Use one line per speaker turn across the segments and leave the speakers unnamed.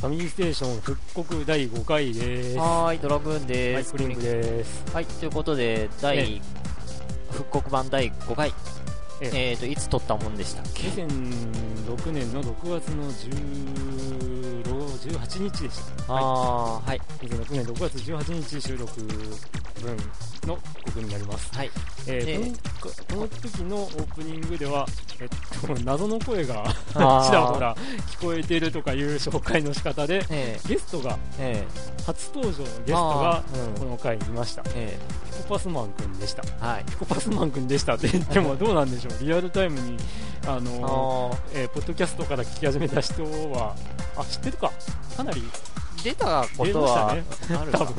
ァミリーステーション復刻第5回です。は
はーい、ドラグーン
い、
です。
クリングです。
はい、ということで、
え
第、復刻版第5回。
え
えーと、いつ撮ったもんでしたっけ
2006年の6月の16 18日でした。
あー、はい、
2006年6月18日収録分の復刻になります。
はい。
えー
ね
このこの時のオープニングでは、えっと、謎の声が
あー
ちらほら聞こえているとかいう紹介の仕方で、
え
ゲストが、
ー、え
初登場のゲス
ー、
トが
あ、ー
こ
うん、
の回いました。ピ
え
コパスマンくんでした。
ー、はい。
ピコパスマン君でしたって言ってもどうなんでしょう、リアルタイムに、あ
あ
の
ー、
えーポッドキャストから聞き始めた人は、あ知ってるか、かなり
出たことは、
出ま
あるか
多分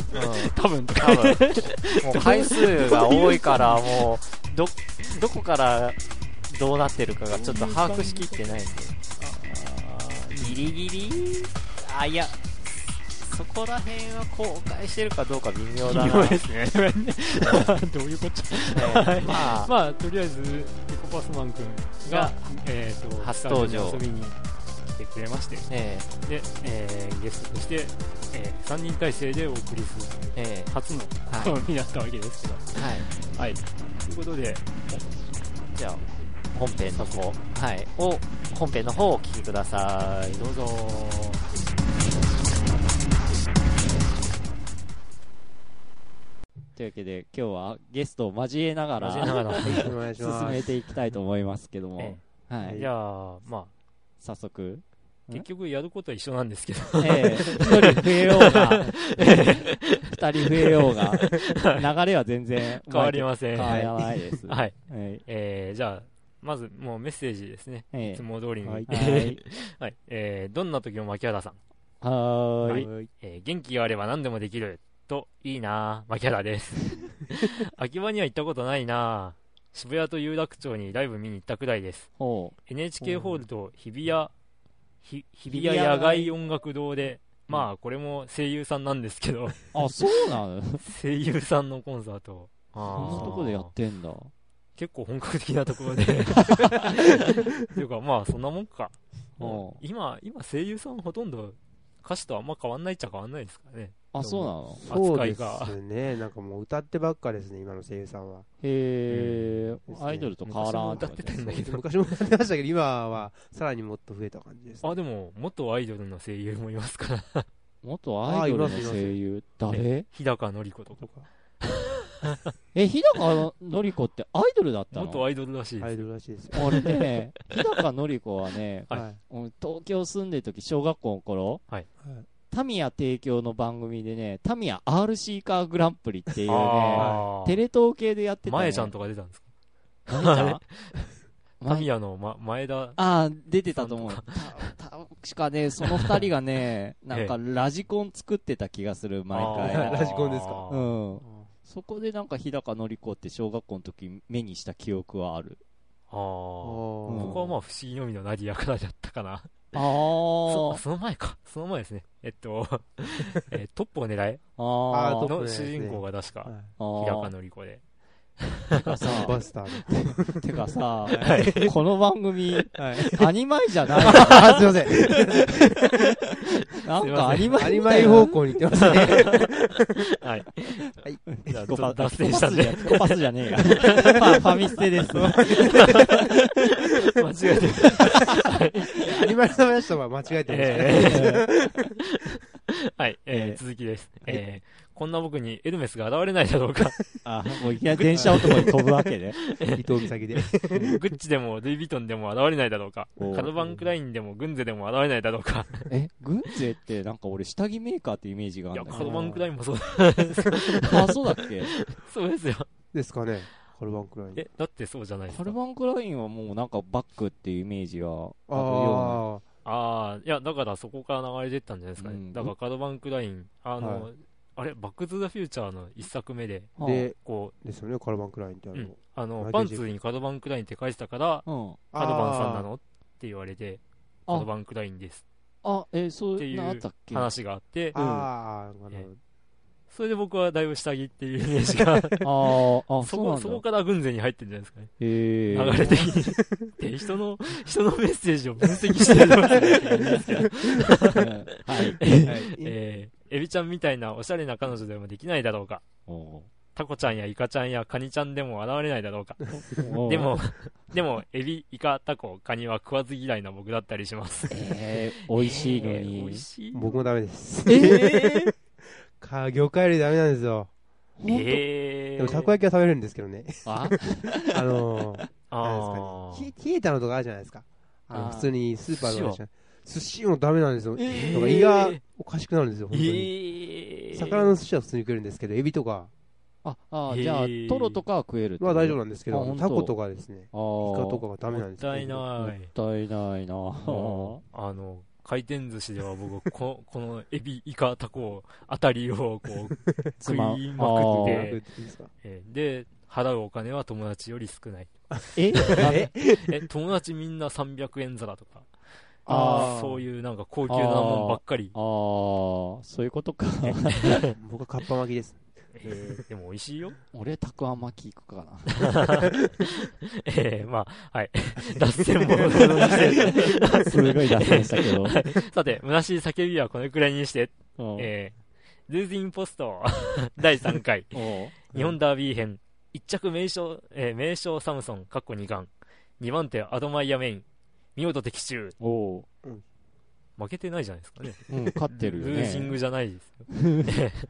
多分とか
うん、多 分。もう回数が多いから、もう、ど、どこから、どうなってるかがちょっと把握しきってないんで。ギリギリあ、いや、そこら辺は公開してるかどうか微妙だ
微
な。
妙ですね、どういうこっちゃ、
ええ ま あ、
まあ、とりあえずピコパスマン君が
が、
えー、と
初登場
スタジオに遊びに来てくれまして、
え
でえーゲストとして、え3人体制でお送りする
ええ
初の
えはい
試、 みだったわけですけど。
はい。
はい、ということで、
じゃあ、本編の方、はい、を、本編の方をお聞きください。
どうぞ
というわけで今日はゲストを交えながら
交えながら
お願いし
進
ま
め
す。
ていきたいと思いますけども、
え
は
え
い、
じゃあ、ま
早速、
あ、
え
結局やることは一緒なんですけど、
ええ、1人増えようが、2人増えようが、流れは全然
変わりません。は
変わ
い。
らないです。い
えーじゃあ、まず、もうメッセージですね。
え
いつも通り
え
に。
は
はいい、
はい
えーどんな時も牧原さん、
はーい
はい
えー元気があれば何でもできる。と、いいなぁ、牧原 です。秋葉には行ったことないなぁ。渋谷と有楽町にライブ見に行ったくらいです。
ほ
NHK ホールと日比谷、ひ日比谷野外音楽堂で、まあ、これも声優さんなんですけど、
うあ、そうなの
声優さんのコンサート。そ
そんなとこでやってんだ。
結構本格的なところ で。っていうか、まあ、そんなもんか。
ほう
今、今、声優さんほとんど歌手とあんま変わんないっちゃ変わんないですからね。
あ、そうなの
そう
扱
で
いが
すね。なんかもう歌ってばっかですね、今の声優さん は。
へえ
うん
アイドルと変わらんとかじゃない
昔も歌ってたんだけど
昔も歌ってましたけど、今はさらにもっと増えた感じです。
あ、でも、元アイドルの声優もいますから。
元アイドルの声優、誰
日高のり子とか。
とか、
え、日高のり子ってアイドルだったの
元アイドルらしい
ア
です。
イドルらしいですよ。
俺ね、日高のり子はね、
はい
はい
うん東京住んでる時小学校の頃、
はい
はい
タミヤ提供の番組でね、タミヤ RC カーグランプリっていうね、
あ
テ
レ
レ東系でやってた、ね。
前ちゃんとか出たんですか
前ち ゃん。
タ
前
ミヤの、ま、前田。
ああ、出てたと思う。たた確かね、その二人がね、なんかラジコン作ってた気がする、毎
あー
回。
ラジコンですか
うん。そこでなんか日高のり子って小学校の時目にした記憶はある。
あー
うん
ここはまあ、不思議のみのナディアからだったかな。
あ
そ
ー
その前か。その前ですね。えっと、 えートップを狙え
あー。
あーど
の主人公が確か、
あ
あ
日高
ー
のり子で。
てか さ
あ、バスター
てかさ、この番組、
の。はい。
アニマイじゃない
あ、すいません。
なんかアニマイ
アニマイ方向に行ってますね。
はい。
はい。
じゃあ、ちょ
ピコ
っと
パ
脱線したんで、
ピコパスじゃねえや。ファファミステです。
間違えてる。
アニマイの話とは間違えてましたね。
えーはい、え
えー
ー、続きです。えー、こんな僕にエルメスが現れないだろうか。
あ、もういきなり電車男に飛ぶわけね。
伊藤美咲で。
グッチでもルイ・ヴィトンでも現れないだろうか
お。う
カルバン・クラインでもグンゼでも現れないだろうか。
え、グンゼってなんか俺下着メーカーってイメージがあ
い
る
や、
んだ
カ
け
ルバン・クラインもそう、
ど。あ、そうだっけ
そうですよ。
ですかね。カルバンクライン。
え、だってそうじゃないです
カル
か。
バンクラインはもうなんかバックっていうイメージはあるよ
あ
ああ、いや、だからそこから流れてったんじゃないですか
う
ね。
ん
だからカルバン・クライン、あ
は
の、あれ、バック・トゥ・ザ・フューチャーの一作目で、
あ。
うな。
で、
こ
ですよね、カルバンクラインってあ
う、う
の
ん。あの、
マ
パン
イケルジェイ
ツにカルバン・クラインって書いてたから、
うん。
カルバンさんなのって言われて、
あ
カルバン・クラインです。
あ、え、そ
って
う
いう
なったっけ
話があって、
あーあー、なるほど。
それで僕はだいぶ下着っていうイメージが
あー
そ
あ、そうなん
こ
だ。
そこから軍勢に入ってるんじゃないですかね
えー
流れ的にで人の人のメッセージを分析してるわけじゃないですけど
はい。
えーエビちゃんみたいなおしゃれな彼女でもできないだろうか
お
タコちゃんやイカちゃんやカニちゃんでも現れないだろうか
ー
で、も でもエビイカタコカニは食わず嫌いな僕だったりし ます
えー、美味しいの
えー
に
美味。しい
僕もダメです。
えー
か魚介類ダメなんですよ。
え
え
ー、
でもたこ焼きは食べれるんですけどね。
あ
あのー、
あ
なんです
ー
かね。ひ冷えたのとかあるじゃないですか。あの
あー
普通にスーパーとかでしょ寿司もダメなんですよ。
えー
なんか胃がおかしくなるんですよ、本当に。
えー、
魚の寿司は普通に食えるんですけど、エビとか
あ、あーじゃあ
えー、
トロとかは食えるってこ
は
と
大丈夫なんですけ
あ
ど
本、当
タコとかですね、
あ
イ
ー
カとかはダメなん
もっ
ですよ
たいな
も
い
ったいないなぁ。
あの、回転寿司では僕、こ このエビ、イカ、タコあたりをこう、食
つま
いまく
え
っ
ー
て、
いいですか
えーで、払うお金は友達より少ない。
ええ
え、友達みんな300円皿とか、
あー
そういうなんか高級なもんばっかり。
ああ、そういうことか。
僕はカッパ巻きです。
えーでも美味しいよ。
俺、たくあん巻き行くかな。
えーまあ、はい。 脱線ものして。
すごい脱線したけど。
さて、虚しい叫びはこのくらいにして、
うん
えー、ルーズインポスト 第3回。
おう
日本ダービー編、1着名将、えー名将サムソン、かっこ2冠、2番手アドマイヤメイン、見事的中。
おう
負けてないじゃないですかね。
うん、勝ってるよね。
ルージングじゃないですよ。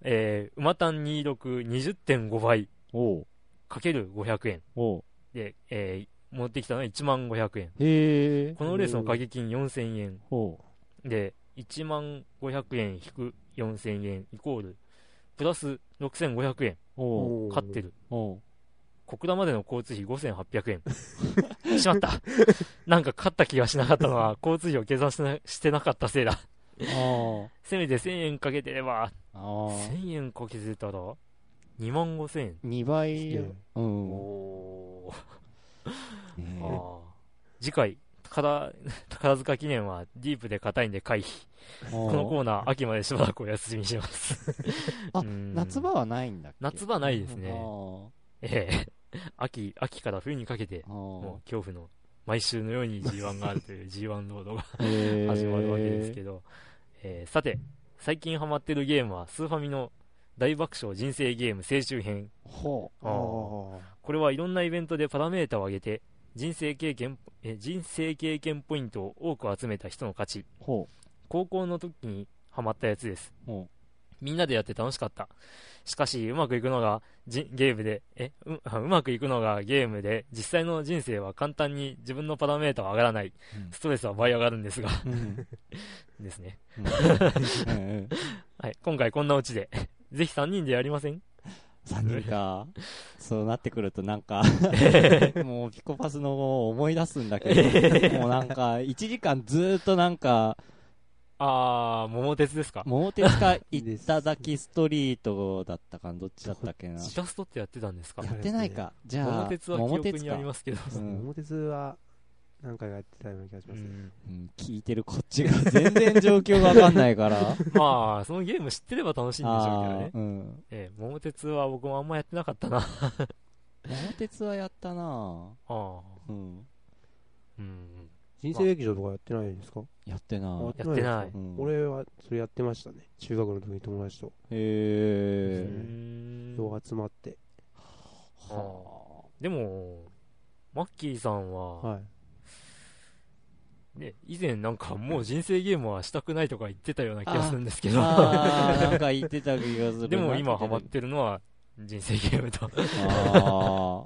えー、馬単26、20.5倍、
おう
かける500円。
おう
で、えー、持ってきたのは1万500円。
へえ。
このレースの掛け金4000円。
おう
で、1万500円引く4000円イコール、プラス6500円。
おう
勝ってる。
おう
小倉までの交通費5800円。 しまった。なんか勝った気がしなかったの は、交通費を計算しなしてなかったせいだ。
あー
せめて1000円かけてれば、
あー。
1000円かけてたら、2万5000円。
2倍、
うん
うん。
おー
ね
あー次回、宝 宝塚記念はディープで硬いんで回避。このコーナー、秋までしばらくお休みにします。
あ
うん
夏場はないんだっけ
夏場ないですね
あー
ええ秋、秋から冬にかけて、
あ
もう
ー。
恐怖の、毎週のよ うに G1 があるという G1 ロードが
へー
始まるわけですけど、えーさて、最近ハマってるゲームは、スーファミの大爆笑人生ゲーム青春編。
ほう。
あ
これはいろんなイベントでパラメータを上げて、人生経験、え人生経験ポイントを多く集めた人の勝ち。
ほ
高校の時にハマったやつです。
う。ほ
みんなでやって楽しかった。しかし、うまくいくのがじゲームで、えう、あうまくいくのがゲームで、実際の人生は簡単に自分のパラメータは上がらない
うん。
ストレスは倍上がるんですが、
う。うん。
ですね。
うんうん
はい。今回こんなオチで。 ぜひ3人でやりません
3人か。 そうなってくるとな んか、もうピコパスのを思い出すんだけ ど、もうなんか、1時間ずーっとなんか、
あー、桃鉄ですか
桃鉄かいただきストリートだったかな、どっちだったっけな。
ジラストってやってたんですか
い
やってないか。じゃあ、
桃鉄は記憶にあり
桃
ますけど。
鉄か。うん
桃鉄は、なんかやってたような気がしますね。
うん聞いてるこっちが全然状況がわかんな いから。あ
まあ、そのゲーム知ってれば楽しいんでしょうけど
あ
ね
ー、。うん。
ええ、桃鉄は僕もあんまやってなかったな。あ
桃鉄はやったな
あ。
ぁ。うん。
うん。
人生劇場とかやってないですか
やってな
やって
や
な
っ
い
て
い。。うん、へ
俺はそれやってましたね。中学の時に友達と、
う
え。
ん
人が集まって。
は
でも、マッキーさんは、
はい。
ね、以前なんかもう人生ゲームはしたくないとか言ってたような気がするんですけ
あ。
ど、
あーなんか言ってた気がする。
でも今ハマってるのは人生ゲームと、
あ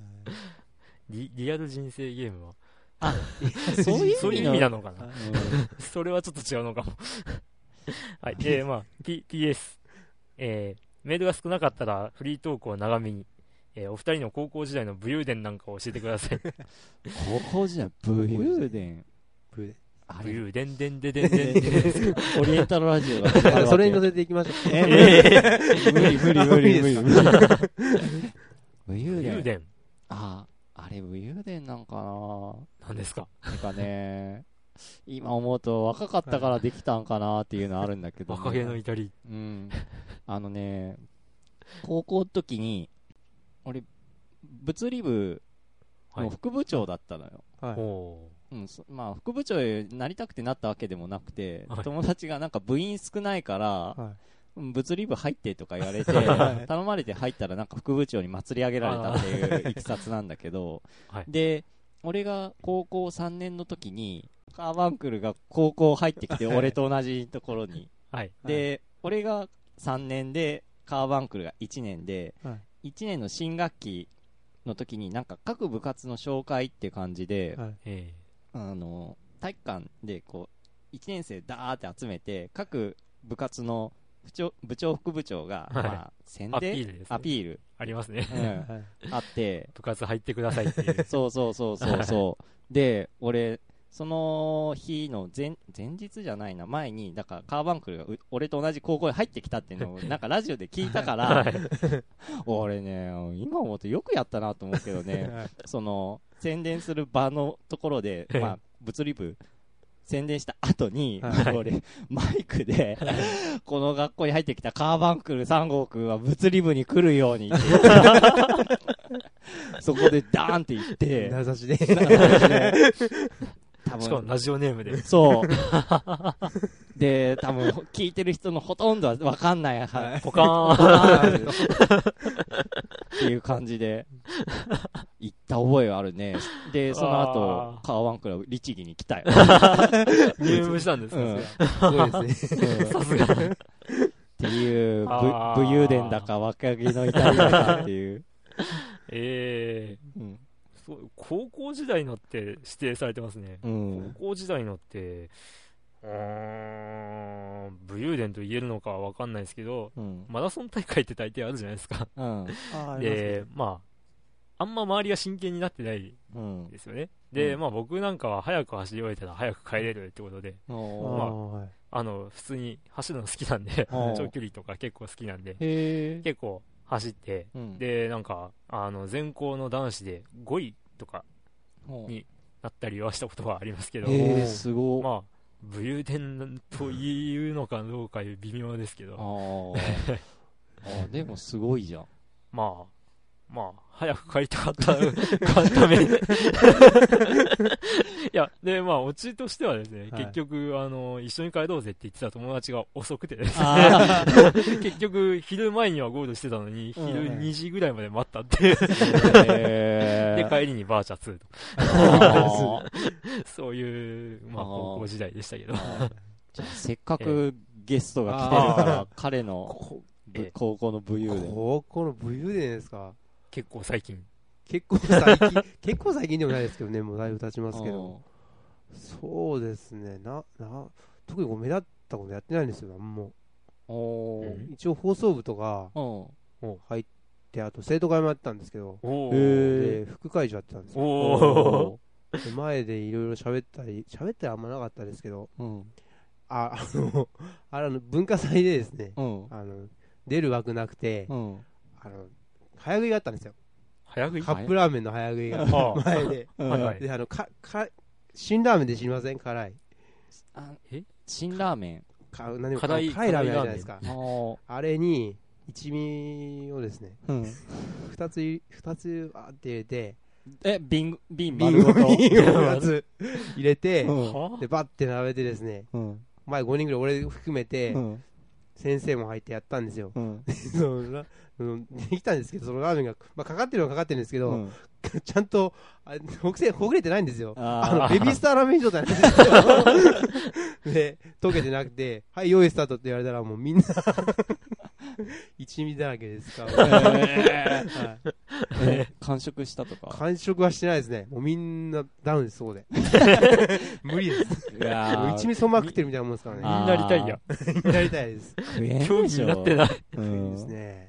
リリアル人生ゲームは、
あ。そういう意味の
そういう意味なのかな。
うん
それはちょっと違うのかも。はい。で、まあ、P、PS。えー、メールが少なかったらフリートークを長めに。えーお二人の高校時代の武勇伝なんかを教えてください。
高校時代、武勇伝。
ブーで
あ
武
れ、
勇伝でんでんでんでんでん。
オリエンタルラジオがかかるわけ。
それに乗せていきましょう。
え無理無理無理無理無理。武
武
勇
勇
伝。
伝。
ああ、あれ武勇伝なんかな
何ですか
なんかね、今思うと若かったからできたんかなっていうのあるんだけど、
若気の至り。
うん。あのね、高校の時に、俺、物理部の副部長だったのよ。
はい。
お
うん、そまあ、副部長になりたくてなったわけでもなくて、
はい
友達がなんか部員少ないから、
は
うん物理部入ってとか言われて、
はい
頼まれて入ったらなんか副部長に祭り上げられたっていういきさつなんだけど、
はい
で、俺が高校3年の時に、カーバンクルが高校入ってきて、俺と同じところに。
はい。
で、俺が3年で、カーバンクルが1年で、
は
1年の新学期の時になんか各部活の紹介って感じで、
はい
え
あの体育館でこう1年生ダーって集めて各部活の部長部長副部長が、
はい
まあ、宣
えア
伝
ピールです、ね。
アピール
ありますね。
うん
はい。
あって
部活入ってくださいって いう。
そうそうそうそうそうで俺その日の前前日じゃないな前にだからカーバンクルがう俺と同じ高校に入ってきたっていうのをなんかラジオで聞いたから、
はい。
俺ね今思うとよくやったなと思うけどね
はい
その宣伝する場のところで、
ええ
まあ、物理部宣伝した後に、
はい
俺マイクで、この学校に入ってきたカーバンクル3号くんは物理部に来るように って言ってそこでダーンって言って
名指しで。
多分
しかもラジオネームで。
そう。で、多分、聞いてる人のほとんどは分かんないは
ポカーン。
っていう感じで、行った覚えはあるね。で、その後
あ、ー
カーワンクラブ、律儀に来たよ。
入部したんです
う
ね
ん。っ
すごいですね。
さすが。
ていう、ぶ
あー
武勇伝だか若気の至りだかっていう。
ええ
うん。
すごい高校時代のって指定されてますね。
うん。
高校時代のって、うーん、武勇伝と言えるのかはわかんないですけど、
うん。
マラソン大会って大抵あるじゃないですか。
うん。
あありますね
で、まあ、あんま周りが真剣になってない
うん。
ですよね。で、
うん
まあ僕なんかは早く走り終えたら早く帰れるってことで、
あ
おー
あはい
あの、普通に走るの好きなんで、
おう
長距離とか結構好きなんで、
へえ。
結構走って、
うん、
で、なんか、あの、全校の男子で5位とか
おう
になったりはしたことはありますけど、
へえ、すごい。
まあ、武勇伝と言うのかどうか微妙ですけ
あ
ど、
ーあー。でも、すごい じゃん。
まあ、まあ、早く帰りたかった、かっために。いや、で、まあ、オチとしてはですね、
はい
結局、あの、一緒に帰ろうぜって言ってた友達が遅くてですね、
あ
結局、昼前にはゴールしてたのに、
うん
昼2時ぐらいまで待ったっていう、
ー。へ
で、
ー
帰りにバーチャ2とか、
あー
そういう、まあ、
あー
高校時代でしたけど、
じゃあせっかくゲストが来てるから、彼のぶ
ええ
高校の武勇伝。
高校の武勇伝ですか
結構最近。
結構最 近、結構最近でもないですけどね、もうだいぶ経ちますけど。そうですね、な、な、特にこう目立ったことやってないんですよ、なんも。
うん。お
う
ー
ん
一応放送部とか
うん。
入って、あと生徒会もやってたんですけど、
お
へ
ー。
で、副会長やってたんですよ。
おー。
で前でいろいろ喋ったり、喋ったりあんまなかったですけど、
うん。
あ、 あの、あれあの、文化祭でですね、
うん。
あの、出る枠なくて、
うん。
あの、早食いがあったんですよ。
早食い
カップラーメンの早食 いが
あ。あ
前で。
はいはい。
で、あの、か、か、辛ラーメンで知りません辛い。
あ
え
辛ラーメン。
か、何も
辛い
辛いラーメンあるじゃないですか。
おー
あれに、一味をですね、
うん。
二つい、二つ、あーって入れて、
え、瓶、瓶丸
瓶
ご
を、
と。
瓶を二つ入れて、
は
で、バッて並べてですね、
うん。
前5人ぐらい俺含めて
う、ん。
先生も入ってやったんです よ。
うん。
そのラうんできたんですけど、そのラーメンが、まあ、かかってるのはかかってるんですけど、
うん。
ちゃんと、あほぐせほぐれてないんですよ。あの、
あ
ベビースターラーメン状態なんですよ。 で、溶けてなくて、はい、用意スタートって言われたらもうみんな、 一味だらけです から、
ーえ
はい
ーえ完食したとか。
完食はしてないですね。もうみんなダウンです、そこ で。無理です。
いや。
もう一味そば食ってるみたいなもんですから ね。
みんなリタイア。
やりたいです。
競技になってないい。
う
いい
ん
ですね。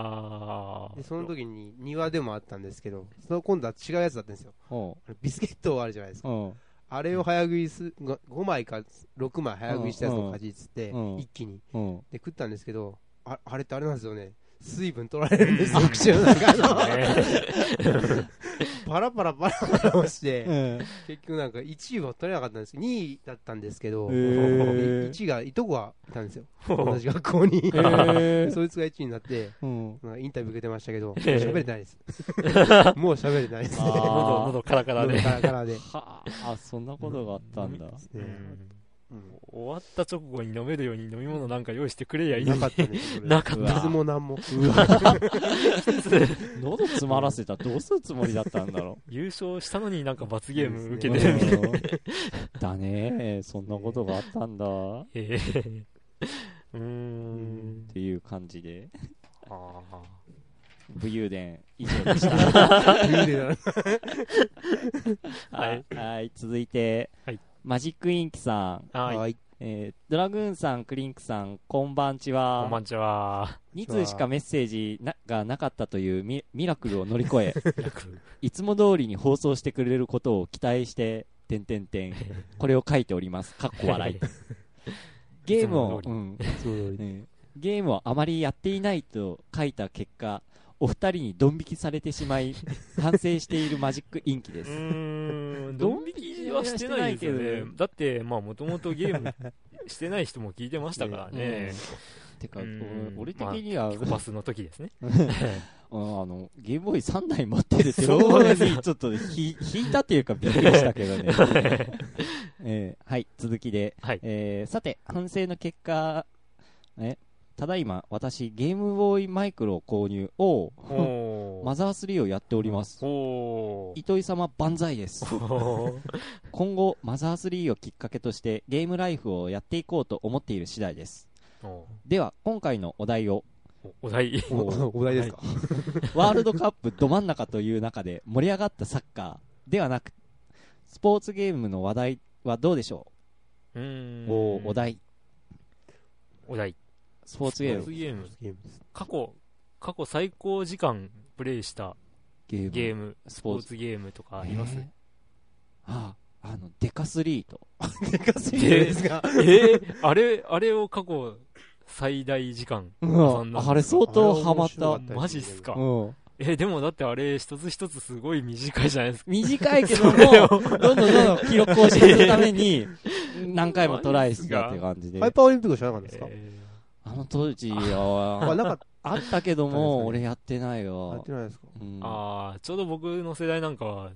ああ
で、。その時に庭でもあったんですけど、その今度は違うやつだったんですよ。
おう
あのビスケットあるじゃないですか。
うん。
あれを早食いす、5枚か6枚早食いしたやつをかじりつって、
うんうん
一気に。
うん。
で食ったんですけどああれってあれなんですよね水分取られるんですよ、
うん
口の中の。
ね
パラパラパラパラをして、
え
結局なんか1位は取れなかったんですけど、2位だったんですけど、
へー
1位が、いとこがいたんですよ。同じ学校に。
え
そいつが1位になって、
うん。
まあインタビュー受けてましたけど、
ー
喋れてない です。もう喋れてないです。
あ ー
喉、喉カラカラ
喉
で。
カラカラで。
はあ、あそんなことがあったんだ。
う
ね
ん
うん
終わった直後に飲めるように飲み物なんか用意してくれやいいの
な
に
かったです。。
なかった
水も何も。
うわ喉詰まらせたらどうするつもりだったんだろ
優勝したのになんか罰ゲーム受け
う。
で
て
す
る
ね
みたいな。
うんだねそんなことがあったんだ。っ
ええうーん。
ていう感じで、
ああ。
武勇伝以上でした。
冬でな
はい
あ。はい、続いて、
はい
マジックインキさん、
はい。
はい。
えードラグーンさん、クリンクさん、こんばんち
こんば
は。
んちは。
2通しかメッセージながなかったというミミラクルを乗り 越え、
楽
いつも通りに放送してくれることを期待して、てんてんてん、これを書いております。かっこ笑い。ゲームを
い、つ
う
も
ん、
そう
ねゲームをあまりやっていないと書いた結果、お二人にドン引きされてし まい、反省しているマジックインキで
う
す。
ーん。ドン引きはしてないですよ
してない
ね
けど。
だって、まあ、もともとゲームしてない人も聞いてましたからね。
うんて か、
うん
お俺的には、
コパスの時ですね。
うんあの、ゲームボーイ3台持ってるって、そうにちょっとひ引いたっていうかびっくりしたけ どね。えーはい、続きで。
はい
えーさて、反省の結果、えただいま、私、ゲームボーイマイクロを購入を、
お
マ
ー。
ザー3をやっております。
おー。
糸井様万歳です。
お
今後、マザー3をきっかけとしてゲームライフをやっていこうと思っている次第です。
ー
では、今回の お題を、
お題。
おお題ですか
ワールドカップど真ん中という中で盛り上がったサッカーではなく、スポーツゲームの話題はどうでしょ
うー。
うんおお。題。
お題。
スポーツゲーム。
ゲーム。
ゲームです
過去、過去最高時間プレイした
ゲーム。
ゲーム、
ス
スポ
ポー
ー
ツ。
ツゲームとかあります
えーああ、あの、デカスリー と。
でかすぎ
ぎるんです
が。
えーあれ、あれを過去最大時間。
う
そん
ん。
な
あれ相当ハマっ
あれ面白か
た
っ。
マジっすか。
うん。
えーでもだってあれ一つ一つすごい短いじゃないですか。
短い けども、どんどんどんどん記録更新するために、何回もトライしたって感じで
ハ。イパーオリンピック知らなかったですか
え
あの当時
あ、
は、
なんか、
あったけど
あ
も、
ったんですね
俺やってない
や
わ
って。ないですか
うん
ーああ、ちょうど僕の世代なんかは、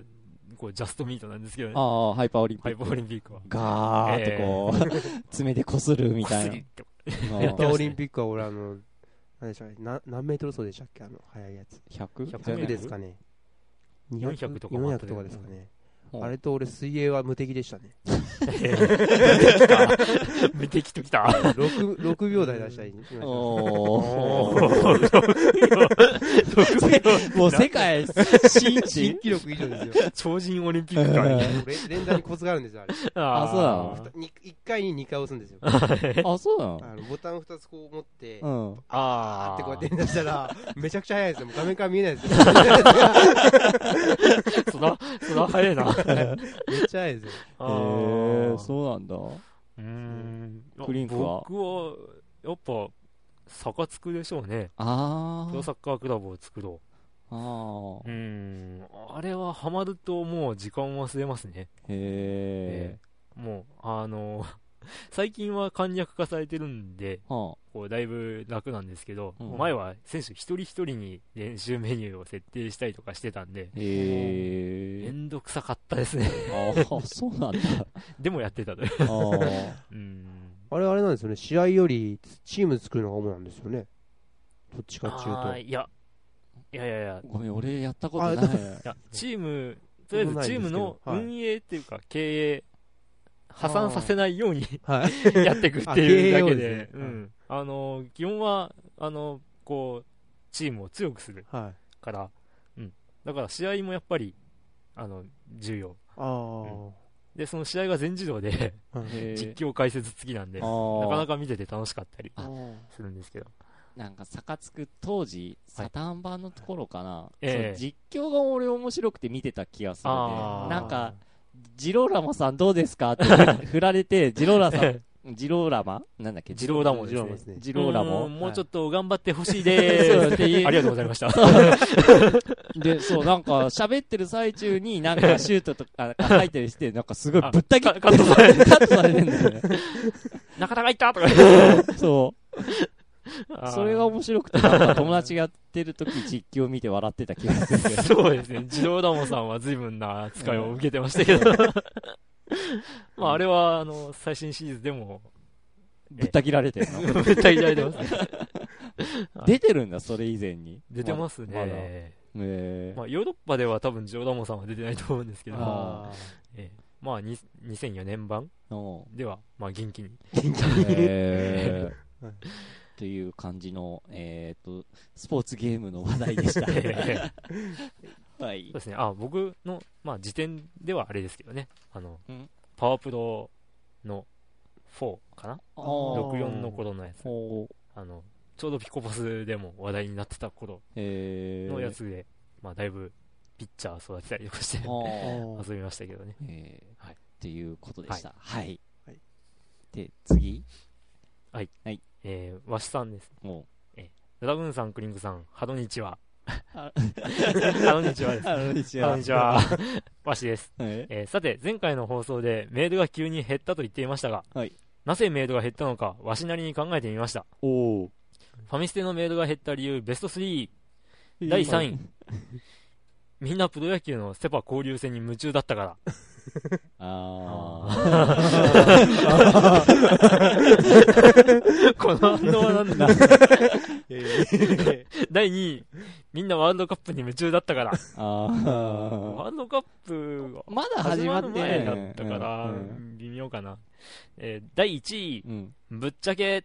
こう、ジャストミートなんですけどね。
ああ、ハイパーオリンピ
ハイ
ッ
パ
ク。
ーオリンピックは。
ガーってこう、爪で擦るみたい
こす
な
りとか
ハ イパー
ね
オリンピックは俺、あの、何でしたっけな何メートル走でしたっけあの、速いやつ。
100
100?
100ですかね。
400とかもあったね
400とかですかね。
うん
あれと俺、水泳は無敵でしたね。
見てきときた。
6, 6秒台出したりしました。
お
お
ー。
ー
もう世界新
新
人
記録以上ですよ。
超人オリンピック か。
連連打にコツがあるんですよ、あれ。
あそうな
1回に2回押すんですよ。
あ、そうな
あのボタン2つこう持って、
のうん。
あ
っ
ー
てこうやって連打したら、めちゃくちゃ速いですよ。もう画面から見えないですよ。
そら、そら早い な。
めっちゃ速いですよ。
え
あ
ー、
ー
そうなんだ。
うーん。
クリンクは
僕は、やっぱ、サカツクでしょうね。
あ
プロ
ー。
サッカークラブを作ろ
あー
う。うーん。あれはハマるともう時間を忘れますね。
へ
もう、あの、 最近は簡略化されてるんで、
ー。は
こうだいぶ楽なんですけど、
うん
前は選手一人一人に練習メニューを設定したりとかしてたんで、
あ。へ
め
ー。
んどくさかったですね。
あー、そうなんだ。
でもやってたという。
あー。
うーん。
あれ、あれなんですよね。試合より、チーム作るのが主なんですよね。どっちかっていう
あー
と。
いや、いやいやいや、
ごめん、俺やったこと
あ
ない。
いや、チーム、とりあえずチームの
そうなんですけどはい
運営っていうか、経営、破産させないよう に
はい。
やっていくっていうだ
あ経営を
け
で
です
ね、
うん。あの、基本は、あの、こう、チームを強くする
はい。
から、うん。だから試合もやっぱり、あの、重要。
あー
で、その試合が全自動で、
はい
へー
実況解説付きなんで、
あ
な
ー
かなか見てて楽しかったり
あー。
するんですけど。
なんか、サカツク当時、サターン版のところかな、
ええ
そう実況が俺面白くて見てた気がするね。
あー
なんか、ジローラモさんどうですかって振られて、ジローラさん、ジローラマなんだっけ
自動だもん
ジ
です
ロ
ね
ーラマですね。
ジローラ
う
モ
んもうちょ
っ
っと頑張ってほしいで
そう
す。
っていう
ありがとうございま した。
で、そう、なんか、喋ってる最中に、なんか、シュートとか、あ入ったりして、なんかすごいぶった切
あカカットされ
カットされてんだよね。
中田がいったとか
そ
あ
う。
ー
それが面白くて、なんか友達がやってる時、実況見て笑ってた気がす る。
そうですね。自動ダモさんは随分な扱いを受けてましたけど。 まあ、あれは、あの、最新シリーズで も、
ぶった切られてるの。
絶対いただいてます。
出てるんだ、それ以前に。
出てます
まだ
ね。
え
まあ、ヨーロッパでは多分、ジョーダモさんは出てないと思うんですけど、
あー
あ
ええまあ、に2004年版
ーの
では、まあ、元気 に。
えー
はい
という感じの、えー、とスポーツゲームの話題で した。はい
そう、ですね。あ、僕の、まあ、時点ではあれですけどね。あの
うん、
パワープロの4かな
あ
ー
?64 の頃のやつ。
ほう
あの、ちょうどピコパスでも話題になってた頃
えー
のやつで、まあ、だいぶ、ピッチャー育てたりとかして
あ、
あ
ー
ー
遊びましたけどね。
えー
はい
っていうことでした。はい。
はい
で、次
えー、わしさんです。
も
ドラグーンさん、クリングさん、ハドニチワ。 ハ
あ
ドニチワ
う。
です。
あ、こんにち
ハドニチワ。わしです。
え
えーさて、前回の放送でメールが急に減ったと言っていましたが、
はい
なぜメールが減ったのか、わしなりに考えてみました。
おお。
ファミステのメールが減った理由、ベスト3、第3位。みんなプロ野球のセ・パ交流戦に夢中だったから。
あ
この反応はなんだ
え
第2位、みんなワールドカップに夢中だったから。
あ。ああ。
ワールドカップが
まだ始まって
る前だったから、
うん
微妙かな。えー第1位、
うん。
ぶっちゃけ、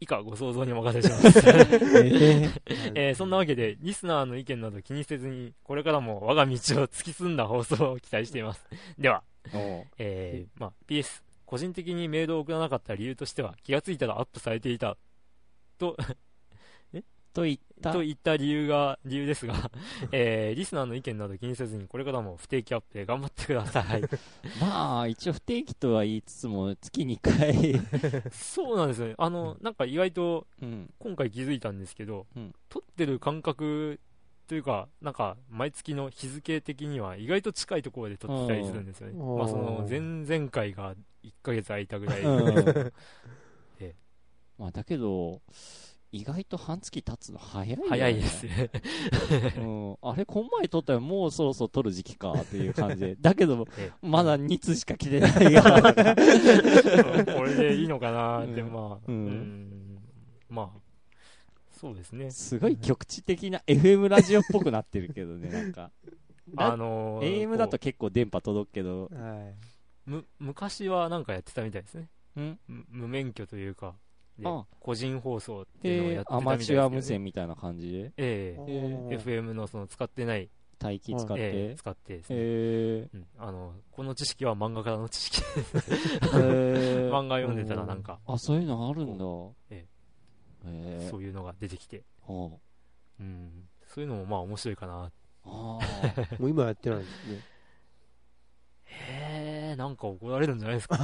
以下ご想像にお任せします。
え
えーそんなわけで、リスナーの意見など気にせずに、これからも我が道を突き進んだ放送を期待しています。では、
ー
えー、まあ、PS、個人的にメールを送らなかった理由としては、気がついたらアップされていた、
といった。
といった理由が、 理由ですが、えー、リスナーの意見など気にせずに、これからも不定期アップで頑張ってください。
まあ、一応不定期とは言いつつも、月2回。
そうなんですよね。あの、なんか意外と、
うん。
今回気づいたんですけど、
うん
撮ってる感覚というか、なんか毎月の日付的には意外と近いところで撮ってたりするんですよね。
うん
まあその前々回が1ヶ月空いたぐらい。
うん
え
まあ、だけど、意外と半月経つの早いよね
早いです。ね。
うん、あれ、こん前撮ったらもうそろそろ撮る時期かっていう感じで。だけど、
え
まだ2通しか来てないが。
え これでいいのかなって、
うん
まあ、
うん
うんまあ、そうですね。
すごい局地的な FM ラジオっぽくなってるけどね、なんか。
あ
だ
のー
AM だと
こ
結構電波届くけど
ー、はい。
うむ昔はなんかやってたみたいですね。
うん
む無免許というか、で
あ
個人放送っていうのをやっ、
で
てた
ア
みたい
マ
です
チ
けど
ュ
ね
ア無線みたいな感じで、
ええ
あ
え
ー
FM のその使ってない、
待機使って。
ええ使ってですね、
え
うん、あのこの知識は漫画家の知識
ー
漫画読んでたらなんか、
あ、そういうのあるんだ。
え
えー
そういうのが出てきて、
は
うん、そういうのもまあ面白いかな
ああー
もう今やってないんですね。
へえなんか怒られるんじゃないですか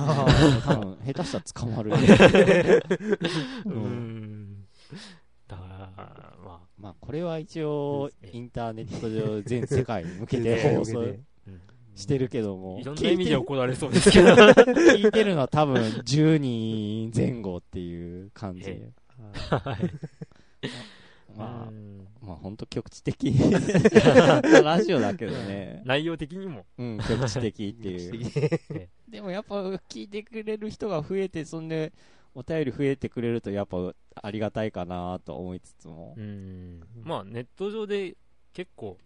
多分下手したら捕まるよ。
う
うん
んだからまあ
まあ、これは一応
そうで、すね
インターネット上全世界に向け
全世界
て
に
放
向けて
送
うん
してるけども、
いろんな意味で
聞い
怒られそうですけどあ
てる聞いてるのは多分10人前後っていう感じ
え。
あ
まあ、まあ本当局地的 ラジオだけどね。
内容的にも
うん、局地的って
ー
いう。でもやっぱ聞いてくれる人が増えて、そんで、お便り増えてくれるとやっぱありがたいかなと思いつつも。
うんまあネット上で結構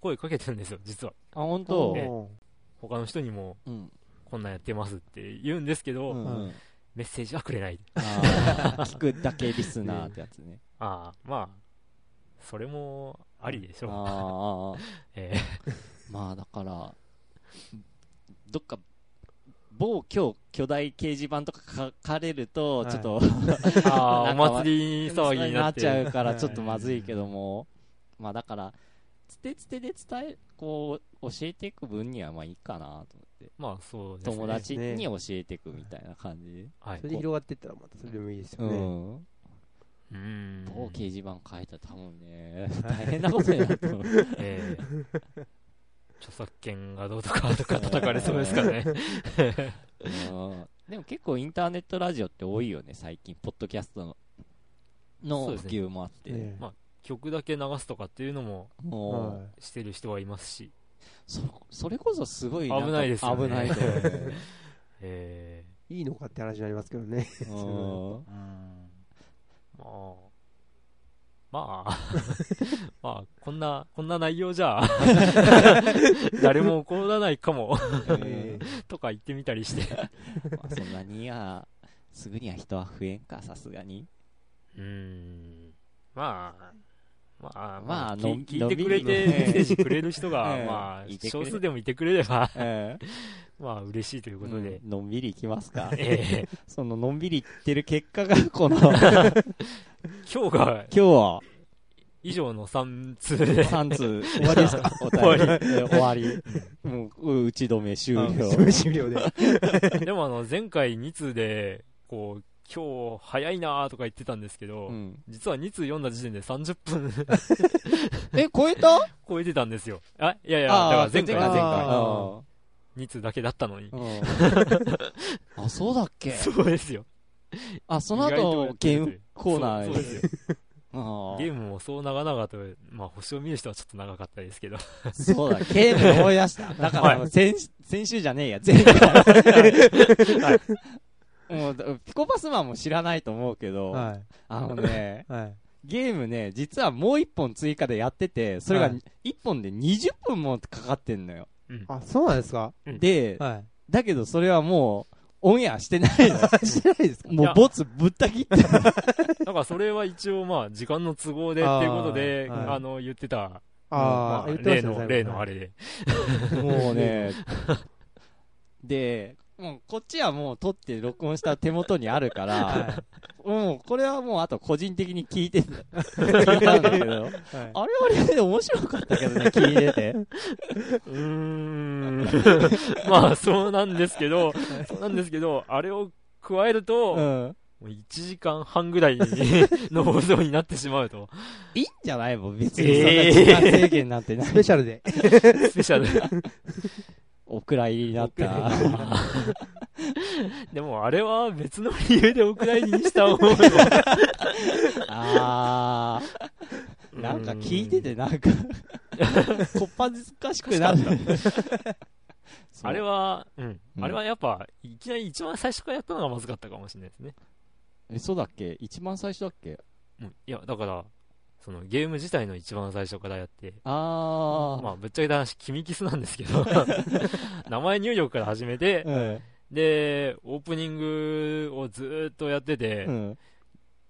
声かけてるんですよ実は
あ、本当
ええ他の人にも
うん。
こんなんやってますって言うんですけど、
うんうん
メッセージはくれない。
あー聞くだけリスナーってやつね。
ああ、まあ、それもありでし
あー
ょう。
あーあー、
ええ
まあだから、どっか、某今日巨大掲示板とか書かれると、
はい
ちょっと、
ああ、
な
お
んか
祭り騒ぎになっ
ちゃ
て。
うから
はい
ちょっとまずいけども、まあだからつてつてで伝え、こう、教えていく分にはまあいいかなと思って。
まあそうですね。
友達に教えていくみたいな感じで。
はい
そ。れで広がっていったらまたそれでもいいです
う
よね。
ん。
うーん。
某掲示板書いたら多分ね、 大変なことになると思う。
ええ 著作権がどうと かとか叩かれそうですから ね。
うんでも結構インターネットラジオって多いよね、最近。ポッドキャストのの
そうで
普
すね
及もあって。
ね
まあ曲だけ流すとかっていうのも
もう、
は
してる人はいますし。
そ、それこそすごいんか
危ないですよね
危ないと思 うよね
え
いいいのかって話になりますけどね。
うん
えうん。まあ。まあ、 まあ、こんな、こんな内容じ ゃ、誰も怒らないかも、
うん
とか言ってみたりして。
まあそんなには、すぐには人は増えんか、さすがに。
うーん。まあ、まあ、
ま
ま
あ
あ、
のん
聞いてくれ
のんび
て、
り
メッセージくれる人 が
ええ、
ま
いてく
あ、
れ
少数でもいてくれれば、
え
まあ、嬉しいという
え
ことで。。
うんのんびりいきますか
ええ
そののんびりいってる結果が、この、 今
今日が
日は
以上の3通で、
3通、終わりですかお便り。え終わり。もう、打ち止め終 了。
終了で。
でもあ の、前回2通で、こう、今日早いなーとか言ってたんですけど、
うん
実は2通読んだ時点で30分
え、超えた
超えてたんですよ。あ、いやいや、だ
あ
から
ー
前回
前回
あ
2通だけだったのに。
ーうんあ、そうだっけ
そうですよ。
あ、その
意外とや
後
っ、て
ゲ
る
ー
という
ムコーナー
そうそうですよ。
あ
ゲ
ー
ームもそう長々と、まあ、星を見る人はちょっと長かったですけど、
そうだ、ゲーム思い 出した。だか
は
ら、先、先週じゃねえや、前回。もうだ、ピコパスマンも知らないと思うけど、
は
あのね、
い。はい。
ゲームね、実はもう一本追加でやってて、それが
はい
一本で20分もかかってんのよ。
あ、そうなんですか
うん
で、
は
だけどそれはもう、オンエアしてない の。
い。 してないですか
もうボツぶった切って。
だからそれは一応、まあ、時間の都合でっていうことで、
あー
あ,、
はい
の、言ってた、
ああ、
ま
言
あ、
ってま
例
したね
の、
最
例
後
のあれで。
もうね、 で、もうこっちはもう撮って録音した手元にあるから、
は
もうこれはもうあと個人的に聞いて、聞いたんだけど、
いはい
あれはあれで面白かったけどね、聞いてて。
うーん。 まあ、そうなんですけど、そうなんですけど、あれを加えると、
う
も
ん。
う1時間半ぐらい にの放送になってしまうと、
いいんじゃないもん、別にそんな時間制限なんてない。
ス ペシャルで。
スペシャル で。
お蔵入りになった。
でも、あれは別の理由でお蔵入りにした思う
あー。 なんか聞いててなんか、 こっぱずかしくなる。
あれ
は
は、うん
う。ん
あれはやっぱ、いきなり一番最初からやったのがまずかったかもしれないですね。
え、そうだっけ一番最初だっけ
うん。いや、だから、そのゲーム自体の一番最初からやって、
あー。
まあ、ぶっちゃけた話、キミキスなんですけ ど、名前入力から始めて、
うん
で、オープニングをずーっとやってて、
うん。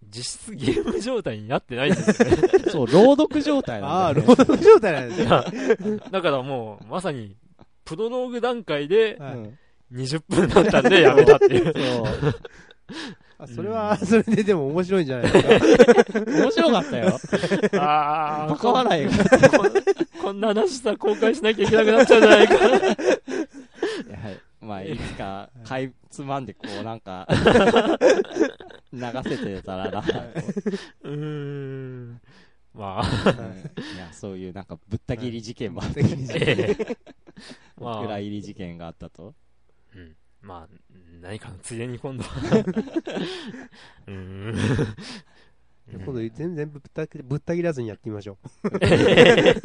実質ゲーム状態になってないんです よね。
そう、朗読状態
あ
な
あ、
んだ
労
よね。
働状態なんですね。
だからもう、まさに、プロローグ段階で
はい
うん
20分だったんでやめたって いう。
そ
あそれは、 それででも面白いんじゃないですか。
う。面白かった よ。
あ
バ
あ、
カ
こ
笑いが。
こんな 話さ、公開しなきゃいけなくなっちゃうんじゃないか。
はいまあ、いつか、かい、つまんで、こう、なんか、流せてたらな。
うーん。まあ、
いや、そういう、なんか、ぶった切り事件もあって、
ええまあ
お蔵入り事件があったと。
うんまあ、何かのついでに今度は。うーん。
今度全然ぶった切ぶった切らずにやってみましょう。
うん
挑戦で
あ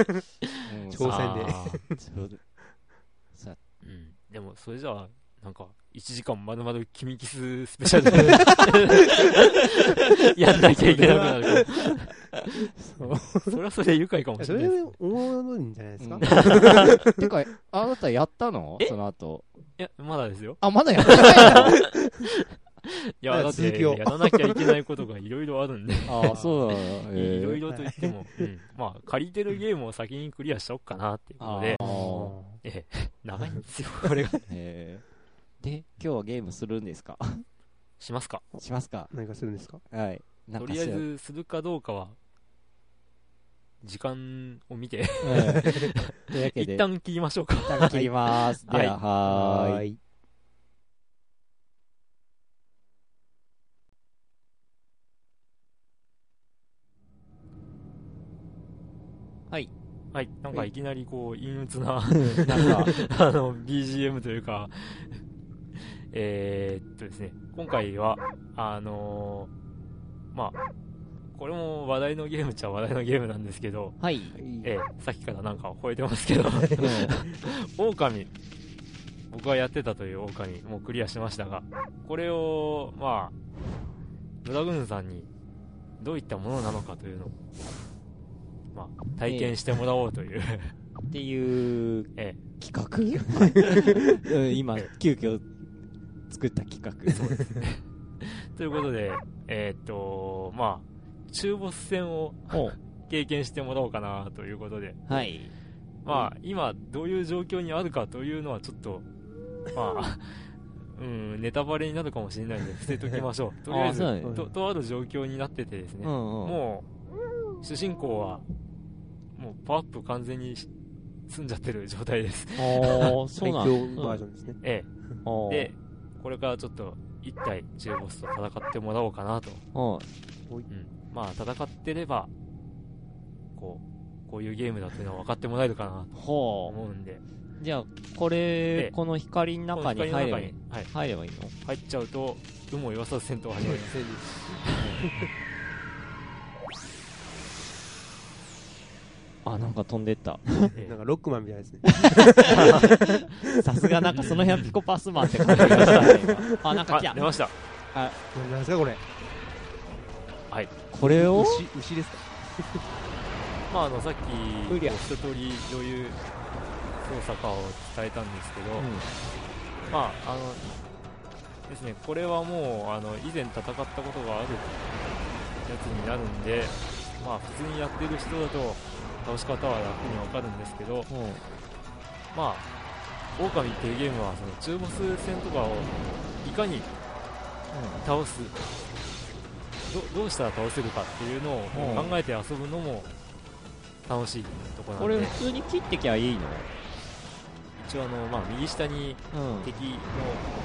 ー
そうさ
うんでも、それじゃあ、なんか、1時間まるまる君キススペシャルでやんなきゃいけなくなるから。それはそれで愉快かもし
そ
れない
れ
です。い
で面白いんじゃないですか。
うん てか、あなたやったの
え
その後。
や、まだですよ。
あ、まだやってないの
いや、だっ
続
て、
きを
やらなきゃいけないことがいろいろあるん で、
ああ、そうなの。
いろい
ろ。
ろと言っても、うんまあ、借りてるゲームを先にクリアしとくかなっていうことで、
あー
ええ、長いんですよ、これが。
えーで、今日はゲームするんですか
しますか
しますか
何かするんですか
はい。な
と
んか
りあ
し
え
ら
ず、するかどうかは、時間を見て
うんというわけ で、
一旦切りましょうか。
一旦切ります。
はい
では、はーい。
い。
はい。なんかいきなりこう、陰鬱な、
なんか、
あの、BGM というか、えーっとですね、今回は、あのーまあ、これも話題のゲームっちゃ話題のゲームなんですけど、
はい。
えーさっきからなんか吠えてますけど、狼。僕がやってたという狼、もうクリアしましたが、これを、まあ、ムラグーンさんに、どういったものなのかというのを、まあ、体験してもらおうという、
って いう
え
企画うん今、急遽作った企画。
ということで、えーっと、まあ、中ボス戦を
お
経験してもらおうかなということで、
はい。
まあ、今、どういう状況にあるかというのは、ちょっと、まあ、 うん、ネタバレになるかもしれないんで、伏せときましょう。とりあえず
あ、そうなん
だ
ととある状況になっててですね、
うんうん。も
もう、主人公は、もうパワーアップ完全にし済んじゃってる状態です。
う、おーそ
最強
うな
バ
ん
ージョンですね。
え
お
え。で、
ー
これからちょっと、一体中ボスと戦ってもらおうかなと
うん
うん、まあ戦ってればこうこういうゲームだっていうのは分かってもらえるかなと
ほ
思うんで
う。じゃあ、これ、
え
この光の中に
この光
入れ
の
ば
中
いい
に、はい、
入ればいいの
入っちゃうと有無を言わさず戦闘始まり ます
あ、なんか飛んでった。
え
なんかロックマンみたいですね。
さすがなんかその辺はピコパスマンって感じがしたね。今あ、な
え
んか来
あ
た
出。ました
ななんですかこれ。
これを
牛牛ですか
まああのさっきこう
うりゃ
一通りどういう操作かを伝えたんですけど、
うん
まああのですねこれはもうあの以前戦ったことがあるやつになるんでまあ普通にやってる人だと倒し方は楽に分かるんですけど、まあ、オオカミっていうゲームはその中ボス戦とかをいかに倒す、どどうしたら倒せるかっていうのを
うん
考えて遊ぶのも楽しいとこ
こ
ろなんで、
れ普通に切ってきゃいいの
一応あの、まあ、右下に
うん
敵の、